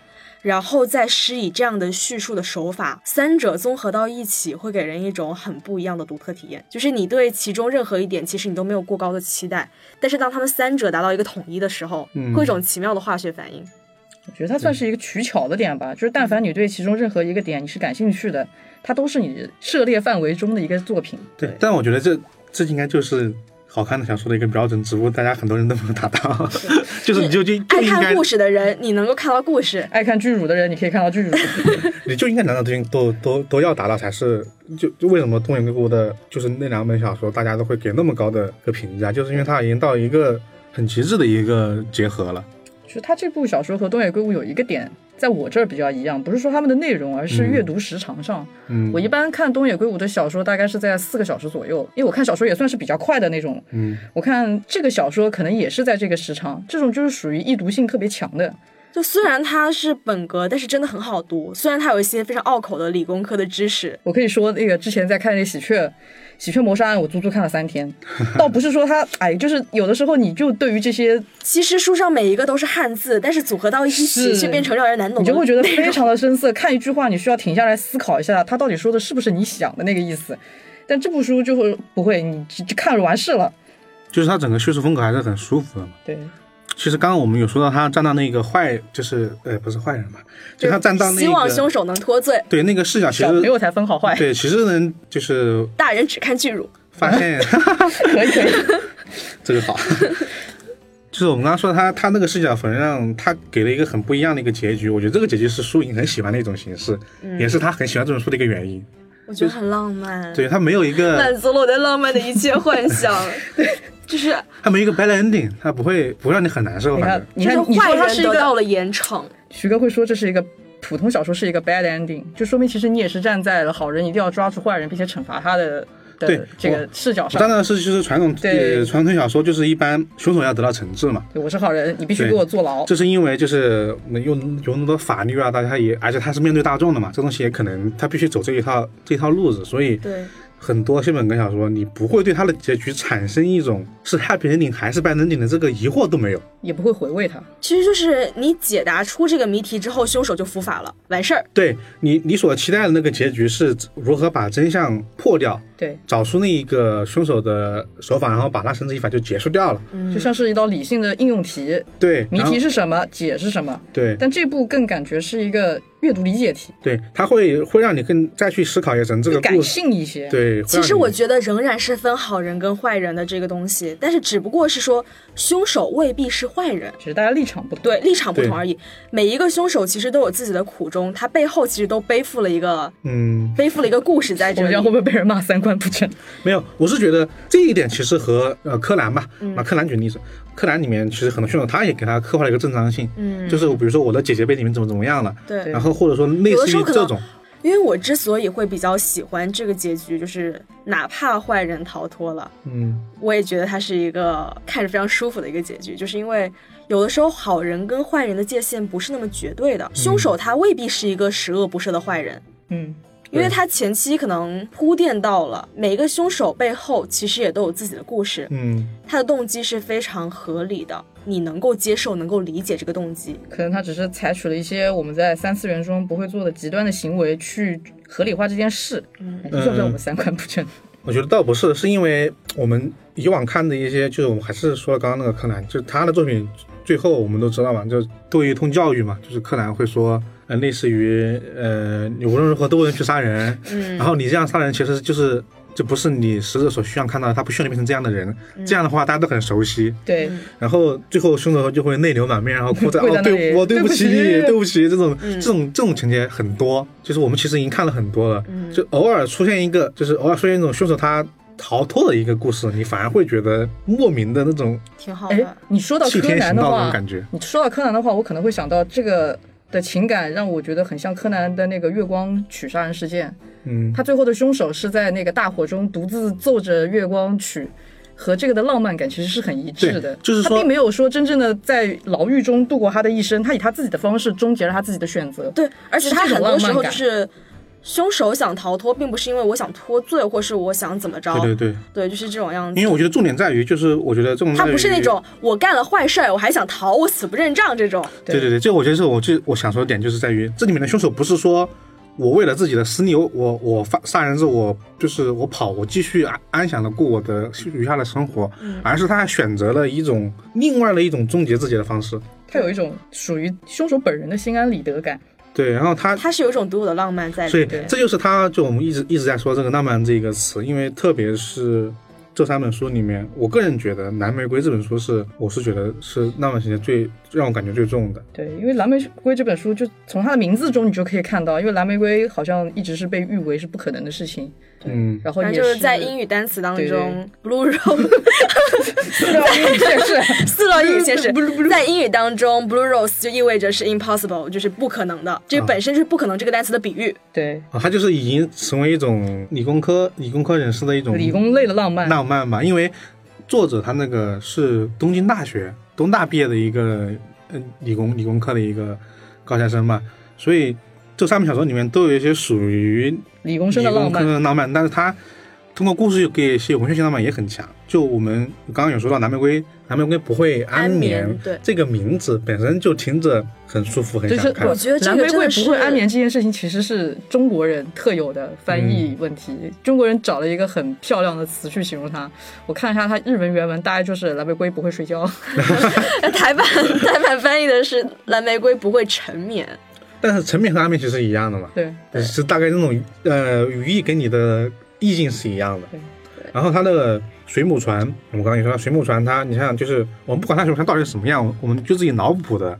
[SPEAKER 2] 然后再施以这样的叙述的手法，三者综合到一起，会给人一种很不一样的独特体验。就是你对其中任何一点，其实你都没有过高的期待，但是当他们三者达到一个统一的时候，
[SPEAKER 4] 嗯
[SPEAKER 2] 会有一种奇妙的化学反应。
[SPEAKER 3] 我觉得它算是一个取巧的点吧。就是但凡你对其中任何一个点你是感兴趣的，它都是你涉猎范围中的一个作品。
[SPEAKER 4] 对，但我觉得这这应该就是好看的小说的一个标准，只不过大家很多人都没有达 到，就是你就就就
[SPEAKER 2] 爱
[SPEAKER 4] 应该
[SPEAKER 2] 看故事的人，你能够看到故事，
[SPEAKER 3] 爱看巨乳的人，你可以看到巨乳。
[SPEAKER 4] 你就应该拿到这些都都都要达到才是，就就为什么东野圭吾的就是那两本小说大家都会给那么高的一个评价，就是因为它已经到一个很极致的一个结合了。
[SPEAKER 3] 就是他这部小说和东野圭吾有一个点，在我这儿比较一样，不是说他们的内容，而是阅读时长上。
[SPEAKER 4] 嗯
[SPEAKER 3] 我一般看东野圭吾的小说大概是在四个小时左右，因为我看小说也算是比较快的那种。
[SPEAKER 4] 嗯，
[SPEAKER 3] 我看这个小说可能也是在这个时长，这种就是属于易读性特别强的。
[SPEAKER 2] 就虽然它是本格，但是真的很好读。虽然它有一些非常拗口的理工科的知识，
[SPEAKER 3] 我可以说，那个之前在看那《喜鹊喜鹊谋杀案》，我足足看了三天，倒不是说他，哎，就是有的时候你就对于这些
[SPEAKER 2] 其实书上每一个都是汉字，但是组合到一起
[SPEAKER 3] 是
[SPEAKER 2] 却变成让人难懂
[SPEAKER 3] 你
[SPEAKER 2] 的内
[SPEAKER 3] 就
[SPEAKER 2] 容。
[SPEAKER 3] 会觉得非常的生涩。看一句话，你需要停下来思考一下，他到底说的是不是你想的那个意思。但这部书就会不会，你只只看完事了。
[SPEAKER 4] 就是它整个叙事风格还是很舒服的嘛。
[SPEAKER 3] 对，
[SPEAKER 4] 其实刚刚我们有说到他站到那个坏，就是呃不是坏人吧，就他站到那个
[SPEAKER 2] 希望凶手能脱罪，
[SPEAKER 4] 对那个视角，其
[SPEAKER 3] 小朋友
[SPEAKER 4] 实
[SPEAKER 3] 才分好坏，
[SPEAKER 4] 对其实能就是
[SPEAKER 2] 大 人只看巨乳。
[SPEAKER 4] 发现
[SPEAKER 3] 可以可以。
[SPEAKER 4] 这个好， 就是我们刚刚说他他那个视角，反正让他给了一个很不一样的一个结局。我觉得这个结局是书影很喜欢的一种形式，
[SPEAKER 2] 嗯
[SPEAKER 4] 也是他很喜欢这本书的一个原因。
[SPEAKER 2] 我觉得很浪漫，
[SPEAKER 4] 对他没有一个
[SPEAKER 2] 满足了我对浪漫的一切幻 想。 就是
[SPEAKER 4] 他没有一个 bad ending，他不会不会让你很难受。
[SPEAKER 3] 你
[SPEAKER 4] 反
[SPEAKER 3] 看
[SPEAKER 4] 正，
[SPEAKER 3] 你
[SPEAKER 2] 就
[SPEAKER 3] 看
[SPEAKER 2] 是，
[SPEAKER 3] 你
[SPEAKER 2] 坏
[SPEAKER 3] 说它
[SPEAKER 2] 人
[SPEAKER 3] 是一
[SPEAKER 2] 得
[SPEAKER 3] 个
[SPEAKER 2] 到了严惩，
[SPEAKER 3] 徐哥会说这是一个普通小说是一个 bad ending，就说明其实你也是站在了好人一定要抓住坏人并且惩罚他的
[SPEAKER 4] 对
[SPEAKER 3] 的这个视角
[SPEAKER 4] 我当
[SPEAKER 3] 上。
[SPEAKER 4] 然是就是传统
[SPEAKER 3] 对
[SPEAKER 4] 呃传统小说就是一般凶手要得到惩治嘛，
[SPEAKER 3] 对我是好人，你必须
[SPEAKER 4] 对
[SPEAKER 3] 给我坐牢。
[SPEAKER 4] 这是因为就是嗯用用那么多法律啊，大家也而且他是面对大众的嘛，这东西也可能他必须走这一套这一套路子，所以
[SPEAKER 2] 对，
[SPEAKER 4] 很多现本格小说你不会对它的结局产生一种是 happy ending 还是 bad ending 的这个疑惑都没有。
[SPEAKER 3] 也不会回味他。
[SPEAKER 2] 其实就是你解答出这个谜题之后，凶手就伏法了，完事儿。
[SPEAKER 4] 对你你所期待的那个结局是如何把真相破掉，
[SPEAKER 3] 对，
[SPEAKER 4] 找出那一个凶手的手法，然后把他绳之以法就结束掉了。
[SPEAKER 2] 嗯
[SPEAKER 3] 就像是一道理性的应用题，
[SPEAKER 4] 对，
[SPEAKER 3] 嗯谜
[SPEAKER 4] 然后
[SPEAKER 3] 题是什么，解是什么。
[SPEAKER 4] 对
[SPEAKER 3] 但这部更感觉是一个阅读理解题，
[SPEAKER 4] 对，他会会让你更再去思考一层这个
[SPEAKER 3] 感
[SPEAKER 4] 故事。
[SPEAKER 3] 性一些。
[SPEAKER 4] 对，会
[SPEAKER 2] 其
[SPEAKER 4] 让
[SPEAKER 2] 实
[SPEAKER 4] 你
[SPEAKER 2] 我觉得仍然是分好人跟坏人的这个东西，但是只不过是说凶手未必是坏人，
[SPEAKER 3] 只是大家立场不同。
[SPEAKER 2] 对，立场不
[SPEAKER 4] 对
[SPEAKER 2] 同而已。每一个凶手其实都有自己的苦衷，他背后其实都背负了一个
[SPEAKER 4] 嗯。
[SPEAKER 2] 背负了一个故事在
[SPEAKER 3] 我
[SPEAKER 2] 这
[SPEAKER 3] 们这
[SPEAKER 2] 里
[SPEAKER 3] 样。会不会被人骂三观不正？
[SPEAKER 4] 没有，我是觉得这一点其实和呃柯南吧，
[SPEAKER 2] 嗯
[SPEAKER 4] 拿柯南举例子，柯南里面其实很多凶手他也给他刻画了一个正当性，嗯，就是比如说我的姐姐被你们怎么怎么样了，
[SPEAKER 2] 对
[SPEAKER 4] 然后或者说类
[SPEAKER 2] 有的
[SPEAKER 4] 似
[SPEAKER 2] 时
[SPEAKER 4] 于
[SPEAKER 2] 候可
[SPEAKER 4] 这种
[SPEAKER 2] 能，，因为我之所以会比较喜欢这个结局，就是哪怕坏人逃脱了，
[SPEAKER 4] 嗯，
[SPEAKER 2] 我也觉得它是一个看着非常舒服的一个结局，就是因为有的时候好人跟坏人的界限不是那么绝对的，凶手他未必是一个十恶不赦的坏人。
[SPEAKER 3] 嗯，
[SPEAKER 2] 因为他前期可能铺垫到了每个凶手背后其实也都有自己的故事，
[SPEAKER 4] 嗯，
[SPEAKER 2] 他的动机是非常合理的，你能够接受、能够理解这个动机。
[SPEAKER 3] 可能他只是采取了一些我们在三次元中不会做的极端的行为去合理化这件事。嗯，算不算我们三观不正？
[SPEAKER 4] 我觉得倒不是，是因为我们以往看的一些，就是我们还是说刚刚那个柯南，就是他的作品，最后我们都知道嘛，就是对于通教育嘛，就是柯南会说，呃，类似于呃，你无论如何都不能去杀人，嗯，然后你这样杀人其实就是。这不是你死者所需要看到的，他不需要你变成这样的人。这样的话，大家都很熟悉。
[SPEAKER 3] 对，
[SPEAKER 4] 然后哦最后凶手就会泪流满面，然后哭着
[SPEAKER 3] 跪在
[SPEAKER 4] 哦，
[SPEAKER 3] 那里
[SPEAKER 4] 对我对不起你，
[SPEAKER 3] 对不起
[SPEAKER 4] 对不起，这种、这种这种情节很多，就是我们其实已经看了很多了，就偶尔出现一个，就是偶尔出现一种凶手他逃脱的一个故事，你反而会觉得莫名的那种，
[SPEAKER 2] 挺好
[SPEAKER 3] 哎
[SPEAKER 2] 的，，
[SPEAKER 3] 你说到
[SPEAKER 4] 弃
[SPEAKER 3] 柯
[SPEAKER 4] 哦天
[SPEAKER 3] 南
[SPEAKER 4] 行
[SPEAKER 3] 的
[SPEAKER 4] 道那种
[SPEAKER 3] 话，
[SPEAKER 4] 感觉。
[SPEAKER 3] 你说到柯南的话，我可能会想到这个的情感让我觉得很像柯南的那个月光曲杀人事件。
[SPEAKER 4] 嗯，
[SPEAKER 3] 他最后的凶手是在那个大火中独自奏着月光曲，和这个的浪漫感其实是很一致的
[SPEAKER 4] 对。就是说
[SPEAKER 3] 他并没有说真正的在牢狱中度过他的一生，他以他自己的方式终结了他自己的选择。
[SPEAKER 2] 对，而且他
[SPEAKER 3] 是这
[SPEAKER 2] 很
[SPEAKER 3] 种
[SPEAKER 2] 多时
[SPEAKER 3] 浪
[SPEAKER 2] 候就
[SPEAKER 3] 漫感
[SPEAKER 2] 是凶手想逃脱，并不是因为我想脱罪，或是我想怎么着，
[SPEAKER 4] 对对对，
[SPEAKER 2] 对就是这种样子
[SPEAKER 4] 因为。我觉得重点在于，就是我觉得这种
[SPEAKER 2] 他不是那种我干了坏事儿，我还想逃，我死不认账这种。
[SPEAKER 4] 对对对，这我觉得是我最我想说的点，就是在于这里面的凶手不是说我为了自己的私利，我我我发杀人之后，我就是我跑，我继续安安详的过我的余下的生活，而是他选择了一种另外的一种终结自己的方式。
[SPEAKER 3] 他有一种属于凶手本人的心安理得感。
[SPEAKER 4] 对，然后他
[SPEAKER 2] 他是有一种独有的浪漫在
[SPEAKER 4] 所
[SPEAKER 2] 里
[SPEAKER 4] 以
[SPEAKER 2] 面。
[SPEAKER 4] 这就是他，就我们一直一直在说这个“浪漫”这个词，因为特别是这三本书里面，我个人觉得《蓝玫瑰》这本书是，我是觉得是浪漫情节最让我感觉最重的。
[SPEAKER 3] 对，因为《蓝玫瑰》这本书，就从它的名字中你就可以看到，因为蓝玫瑰好像一直是被誉为是不可能的事情，
[SPEAKER 4] 嗯，
[SPEAKER 3] 然后
[SPEAKER 2] 反
[SPEAKER 3] 也
[SPEAKER 2] 正就是在英
[SPEAKER 3] 语
[SPEAKER 2] 语单词当
[SPEAKER 3] 对对
[SPEAKER 2] 中，blue rose
[SPEAKER 3] 英语现 实
[SPEAKER 2] 四道英语先是
[SPEAKER 3] 不是不是
[SPEAKER 2] 在英语当中，blue rose 就意味着是 impossible，就是不可能的，这本身就是不可能这个单词的比喻。
[SPEAKER 3] 对
[SPEAKER 4] 啊，它就是已经成为一种理工科理工科人士的一种
[SPEAKER 3] 理工类的浪漫，
[SPEAKER 4] 浪漫吧，因为作者他那个是东京大学东大毕业的一个嗯理工理工科的一个高材生嘛，所以这三本小说里面都有一些属于
[SPEAKER 3] 理工生的
[SPEAKER 4] 理
[SPEAKER 3] 浪
[SPEAKER 4] 工科
[SPEAKER 3] 漫，
[SPEAKER 4] 的浪漫，但是他通过故事又给一些文学性浪漫也很强。就我们刚刚有说到蓝玫瑰，蓝玫瑰不会安眠，
[SPEAKER 2] 安眠对
[SPEAKER 4] 这个名字本身就听着很舒服，很
[SPEAKER 3] 就
[SPEAKER 4] 想
[SPEAKER 3] 是
[SPEAKER 4] 看。
[SPEAKER 2] 我觉得这
[SPEAKER 3] 蓝
[SPEAKER 2] 个
[SPEAKER 3] 玫
[SPEAKER 2] 真
[SPEAKER 3] 瑰
[SPEAKER 2] 的是
[SPEAKER 3] 不会安眠这件事情，其实是中国人特有的翻
[SPEAKER 4] 嗯
[SPEAKER 3] 译问题。中国人找了一个很漂亮的词去形容它，我看一下它日文原文，大概就是蓝玫瑰不会睡觉。
[SPEAKER 2] 那 台 版台版翻译的是蓝玫瑰不会沉眠，
[SPEAKER 4] 但是成品和安眠其实一样的嘛，
[SPEAKER 3] 对，
[SPEAKER 4] 是大概那种呃语义跟你的意境是一样的。然后它的水母船，我刚刚也说了，水母船它，你看就是我们不管它水母船到底是什么样，我们就自己脑补的。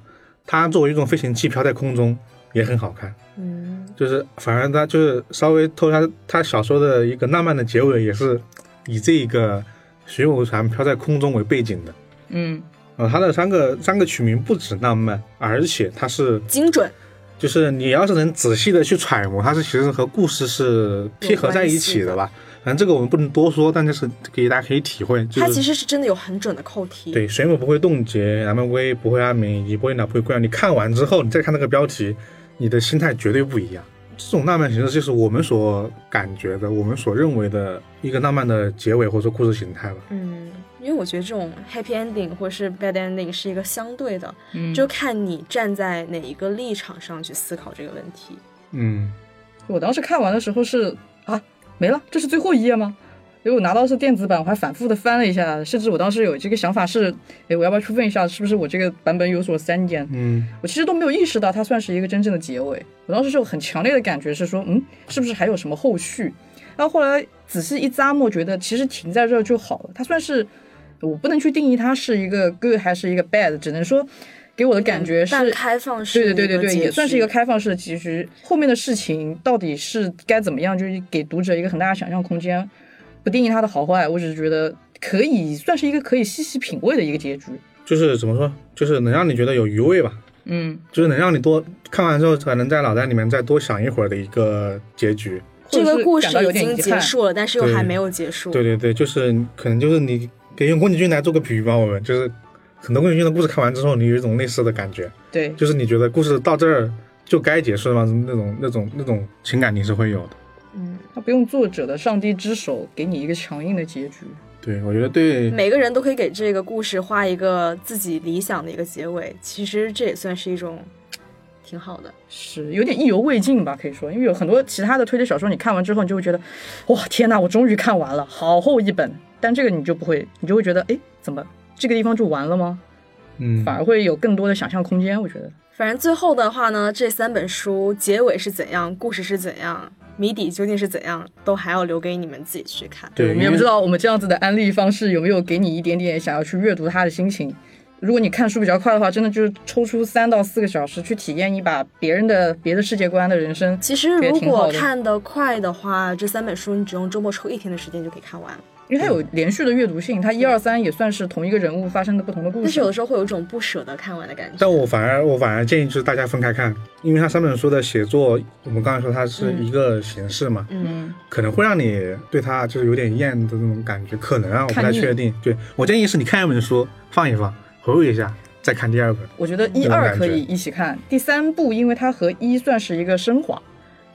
[SPEAKER 4] 它作为一种飞行器飘在空中也很好看，
[SPEAKER 2] 嗯，
[SPEAKER 4] 就是反而它就是稍微偷它它小说的一个浪漫的结尾，也是以这个水母船飘在空中为背景的。
[SPEAKER 3] 嗯，
[SPEAKER 4] 啊，它的三个三个取名不止浪漫，而且它是
[SPEAKER 2] 精准，
[SPEAKER 4] 就是你要是能仔细的去揣摩，它是其实和故事是贴合在一起的吧。反正这个我们不能多说，但就是给大家可以体会，就
[SPEAKER 2] 它其
[SPEAKER 4] 是
[SPEAKER 2] 实是真的有很准的扣题。
[SPEAKER 4] 对水母不会冻结，MV 不会安眠，以及波音鸟不会跪。你看完之后，你再看那个标题，你的心态绝对不一样。这种浪漫形式就是我们所感觉的，我们所认为的一个浪漫的结尾或者说故事形态吧。
[SPEAKER 2] 嗯，因为我觉得这种 happy ending 或是 bad ending 是一个相对的，
[SPEAKER 3] 嗯
[SPEAKER 2] 就看你站在哪一个立场上去思考这个问题。
[SPEAKER 4] 嗯，
[SPEAKER 3] 我当时看完的时候是啊，没了，这是最后一页吗？因为我拿到是电子版，我还反复的翻了一下，甚至我当时有这个想法是，哎，我要不要去问一下，是不是我这个版本有所删减？
[SPEAKER 4] 嗯，
[SPEAKER 3] 我其实都没有意识到它算是一个真正的结尾。我当时就很强烈的感觉是说，嗯，是不是还有什么后续？然后后来仔细一咂摸，觉得其实停在这儿就好了。它算是我不能去定义它是一个 good 还是一个 bad，只能说给我的感觉是
[SPEAKER 2] 但嗯开放式
[SPEAKER 3] 对
[SPEAKER 2] 的
[SPEAKER 3] 对对对
[SPEAKER 2] 结
[SPEAKER 3] 对，
[SPEAKER 2] 局
[SPEAKER 3] 也算是一个开放式的结局。后面的事情到底是该怎么样，就是给读者一个很大的想象空间，不定义它的好坏，我只是觉得可以算是一个可以细细品味的一个结局。
[SPEAKER 4] 就是怎么说，就是能让你觉得有余味吧。
[SPEAKER 3] 嗯，
[SPEAKER 4] 就是能让你多看完之后，可能在脑袋里面再多想一会儿的一个结局。
[SPEAKER 2] 这
[SPEAKER 3] 或者
[SPEAKER 2] 个
[SPEAKER 3] 是
[SPEAKER 2] 故事
[SPEAKER 3] 感到有
[SPEAKER 2] 已
[SPEAKER 3] 点
[SPEAKER 2] 经
[SPEAKER 3] 遗
[SPEAKER 2] 结
[SPEAKER 3] 憾
[SPEAKER 2] 束了，但是又还
[SPEAKER 4] 对
[SPEAKER 2] 没有结束。
[SPEAKER 4] 对对对，就是可能就是你可以用宫崎骏来做个比喻吧，我们就是很多宫崎骏的故事看完之后，你有一种类似的感觉，
[SPEAKER 3] 对，
[SPEAKER 4] 就是你觉得故事到这儿就该结束了吗？那种那种那种情感你是会有的。
[SPEAKER 2] 嗯，
[SPEAKER 3] 它不用作者的上帝之手给你一个强硬的结局。
[SPEAKER 4] 对，我觉得对
[SPEAKER 2] 每个人都可以给这个故事画一个自己理想的一个结尾，其实这也算是一种挺好的。
[SPEAKER 3] 是有点意犹未尽吧，可以说，因为有很多其他的推理小说，你看完之后，你就会觉得，哇，天呐，我终于看完了，好厚一本。但这个你就不会，你就会觉得，哎，怎么这个地方就完了吗？
[SPEAKER 4] 嗯，
[SPEAKER 3] 反而会有更多的想象空间。我觉得，
[SPEAKER 2] 反正最后的话呢，这三本书结尾是怎样，故事是怎样，谜底究竟是怎样，都还要留给你们自己去看。
[SPEAKER 4] 对，
[SPEAKER 3] 我们也不知道我们这样子的安利方式有没有给你一点点想要去阅读它的心情。如果你看书比较快的话，真的就是抽出三到四个小时去体验一把别人的别的世界观的人生。
[SPEAKER 2] 其实
[SPEAKER 3] 也
[SPEAKER 2] 如
[SPEAKER 3] 挺好
[SPEAKER 2] 果
[SPEAKER 3] 的
[SPEAKER 2] 看得快的话，这三本书你只用周末抽一天的时间就可以看完了。
[SPEAKER 3] 因为它有连续的阅读性，它一二三也算是同一个人物发生的不同的故事。
[SPEAKER 2] 但是有的时候会有一种不舍得看完的感觉。
[SPEAKER 4] 但我反而我反而建议就是大家分开看，因为它三本书的写作，我们刚才说它是
[SPEAKER 3] 嗯
[SPEAKER 4] 一个形式嘛，
[SPEAKER 2] 嗯，
[SPEAKER 4] 可能会让你对它就是有点厌的那种感觉，可能啊，我不太
[SPEAKER 3] 看腻
[SPEAKER 4] 确定。对我建议是你看一本书放一放，回味一下，再看第二本。
[SPEAKER 3] 我觉得一
[SPEAKER 4] 那种
[SPEAKER 3] 二
[SPEAKER 4] 感
[SPEAKER 3] 可
[SPEAKER 4] 觉
[SPEAKER 3] 以一起看，第三部因为它和一算是一个升华，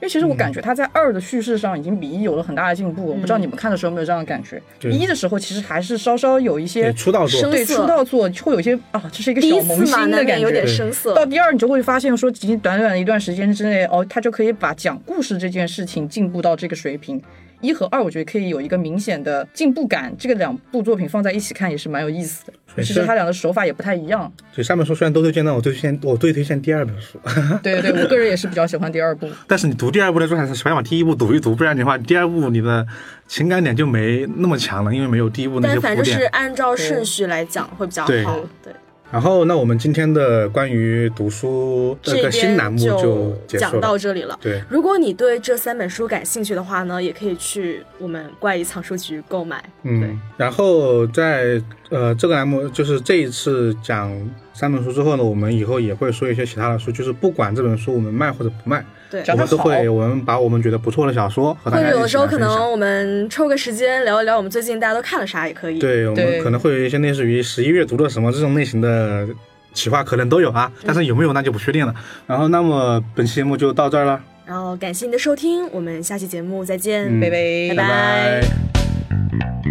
[SPEAKER 3] 因为其实我
[SPEAKER 4] 嗯
[SPEAKER 3] 感觉它在二的叙事上已经比一有了很大的进步，我不知道你们看的时候有没有这样的感觉。
[SPEAKER 4] 对
[SPEAKER 3] 一的时候其实还是稍稍有一些
[SPEAKER 4] 对，出道作
[SPEAKER 2] 生
[SPEAKER 3] 对
[SPEAKER 2] 涩
[SPEAKER 3] 出道作会有一些啊，这是一个
[SPEAKER 2] 第
[SPEAKER 3] 小
[SPEAKER 2] 一
[SPEAKER 3] 萌
[SPEAKER 2] 次嘛，
[SPEAKER 3] 新的
[SPEAKER 2] 难
[SPEAKER 3] 感
[SPEAKER 2] 免有点
[SPEAKER 3] 觉。
[SPEAKER 2] 生涩。
[SPEAKER 3] 到第二，你就会发现说，仅仅短短的一段时间之内，哦，他就可以把讲故事这件事情进步到这个水平。一和二，我觉得可以有一个明显的进步感。这个两部作品放在一起看也是蛮有意思的。
[SPEAKER 4] 对
[SPEAKER 3] 其
[SPEAKER 4] 是
[SPEAKER 3] 实它俩的手法也不太一样。
[SPEAKER 4] 对，上面书虽然都推荐，但我最推荐我最推荐第二本书。
[SPEAKER 3] 对对对，我个人也是比较喜欢第二部。
[SPEAKER 4] 但是你读第二部的时候，还是想办法第一部读一读，不然的话，第二部你的情感点就没那么强了，因为没有第一部那些
[SPEAKER 2] 但反
[SPEAKER 4] 铺
[SPEAKER 2] 正就是
[SPEAKER 4] 垫。
[SPEAKER 2] 按照顺序来讲会比较
[SPEAKER 4] 对
[SPEAKER 2] 好。对，
[SPEAKER 4] 然后，那我们今天的关于读书这
[SPEAKER 2] 这
[SPEAKER 4] 个新栏
[SPEAKER 2] 边
[SPEAKER 4] 目就结束
[SPEAKER 2] 讲到
[SPEAKER 4] 了。
[SPEAKER 2] 这里了。
[SPEAKER 4] 对，
[SPEAKER 2] 如果你对这三本书感兴趣的话呢，也可以去我们怪异藏书局购买。对
[SPEAKER 4] 嗯，然后在呃这个栏目就是这一次讲三本书之后呢，我们以后也会说一些其他的书，就是不管这本书我们卖或者不卖，
[SPEAKER 2] 对
[SPEAKER 3] 只要
[SPEAKER 4] 我
[SPEAKER 3] 它
[SPEAKER 4] 们都
[SPEAKER 3] 好，
[SPEAKER 4] 会我们把我们觉得不错的小说和哦大
[SPEAKER 2] 或
[SPEAKER 4] 家
[SPEAKER 2] 者
[SPEAKER 4] 一起
[SPEAKER 2] 有的时候
[SPEAKER 4] 来
[SPEAKER 2] 可
[SPEAKER 4] 分享
[SPEAKER 2] 能我们抽个时间聊一聊我们最近大家都看了啥也可以。，
[SPEAKER 4] 对，我
[SPEAKER 3] 对
[SPEAKER 4] 们可能会有一些类似于十一月读的什么这种类型的企划，可能都有啊，但是有没有那就不确定了。然后，那么本期节目就到这儿了，
[SPEAKER 2] 然后感谢你的收听，我们下期节目再见，
[SPEAKER 4] 嗯
[SPEAKER 3] 拜拜
[SPEAKER 2] 拜拜
[SPEAKER 4] 拜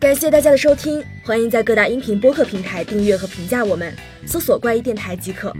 [SPEAKER 2] 感谢大家的收听，欢迎在各大音频播客平台订阅和评价我们，搜索“怪异电台”即可。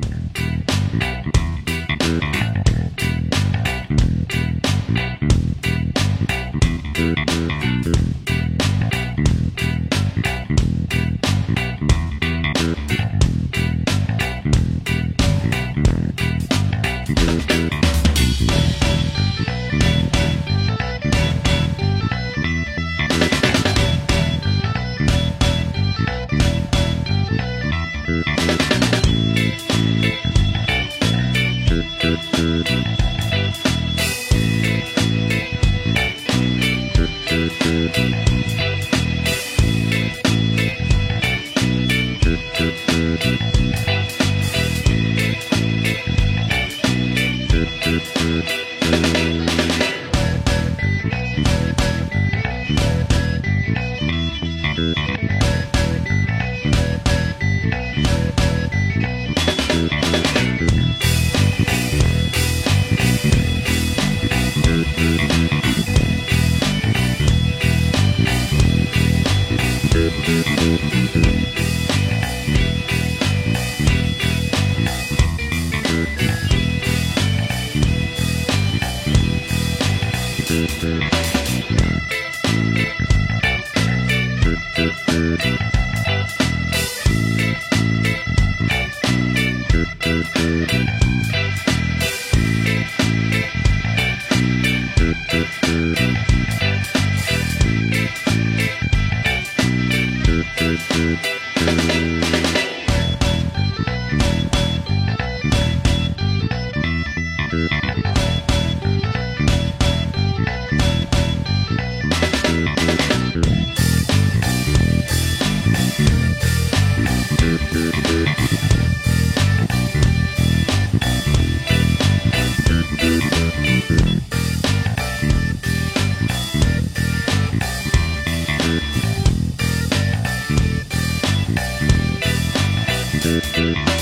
[SPEAKER 5] Thank you.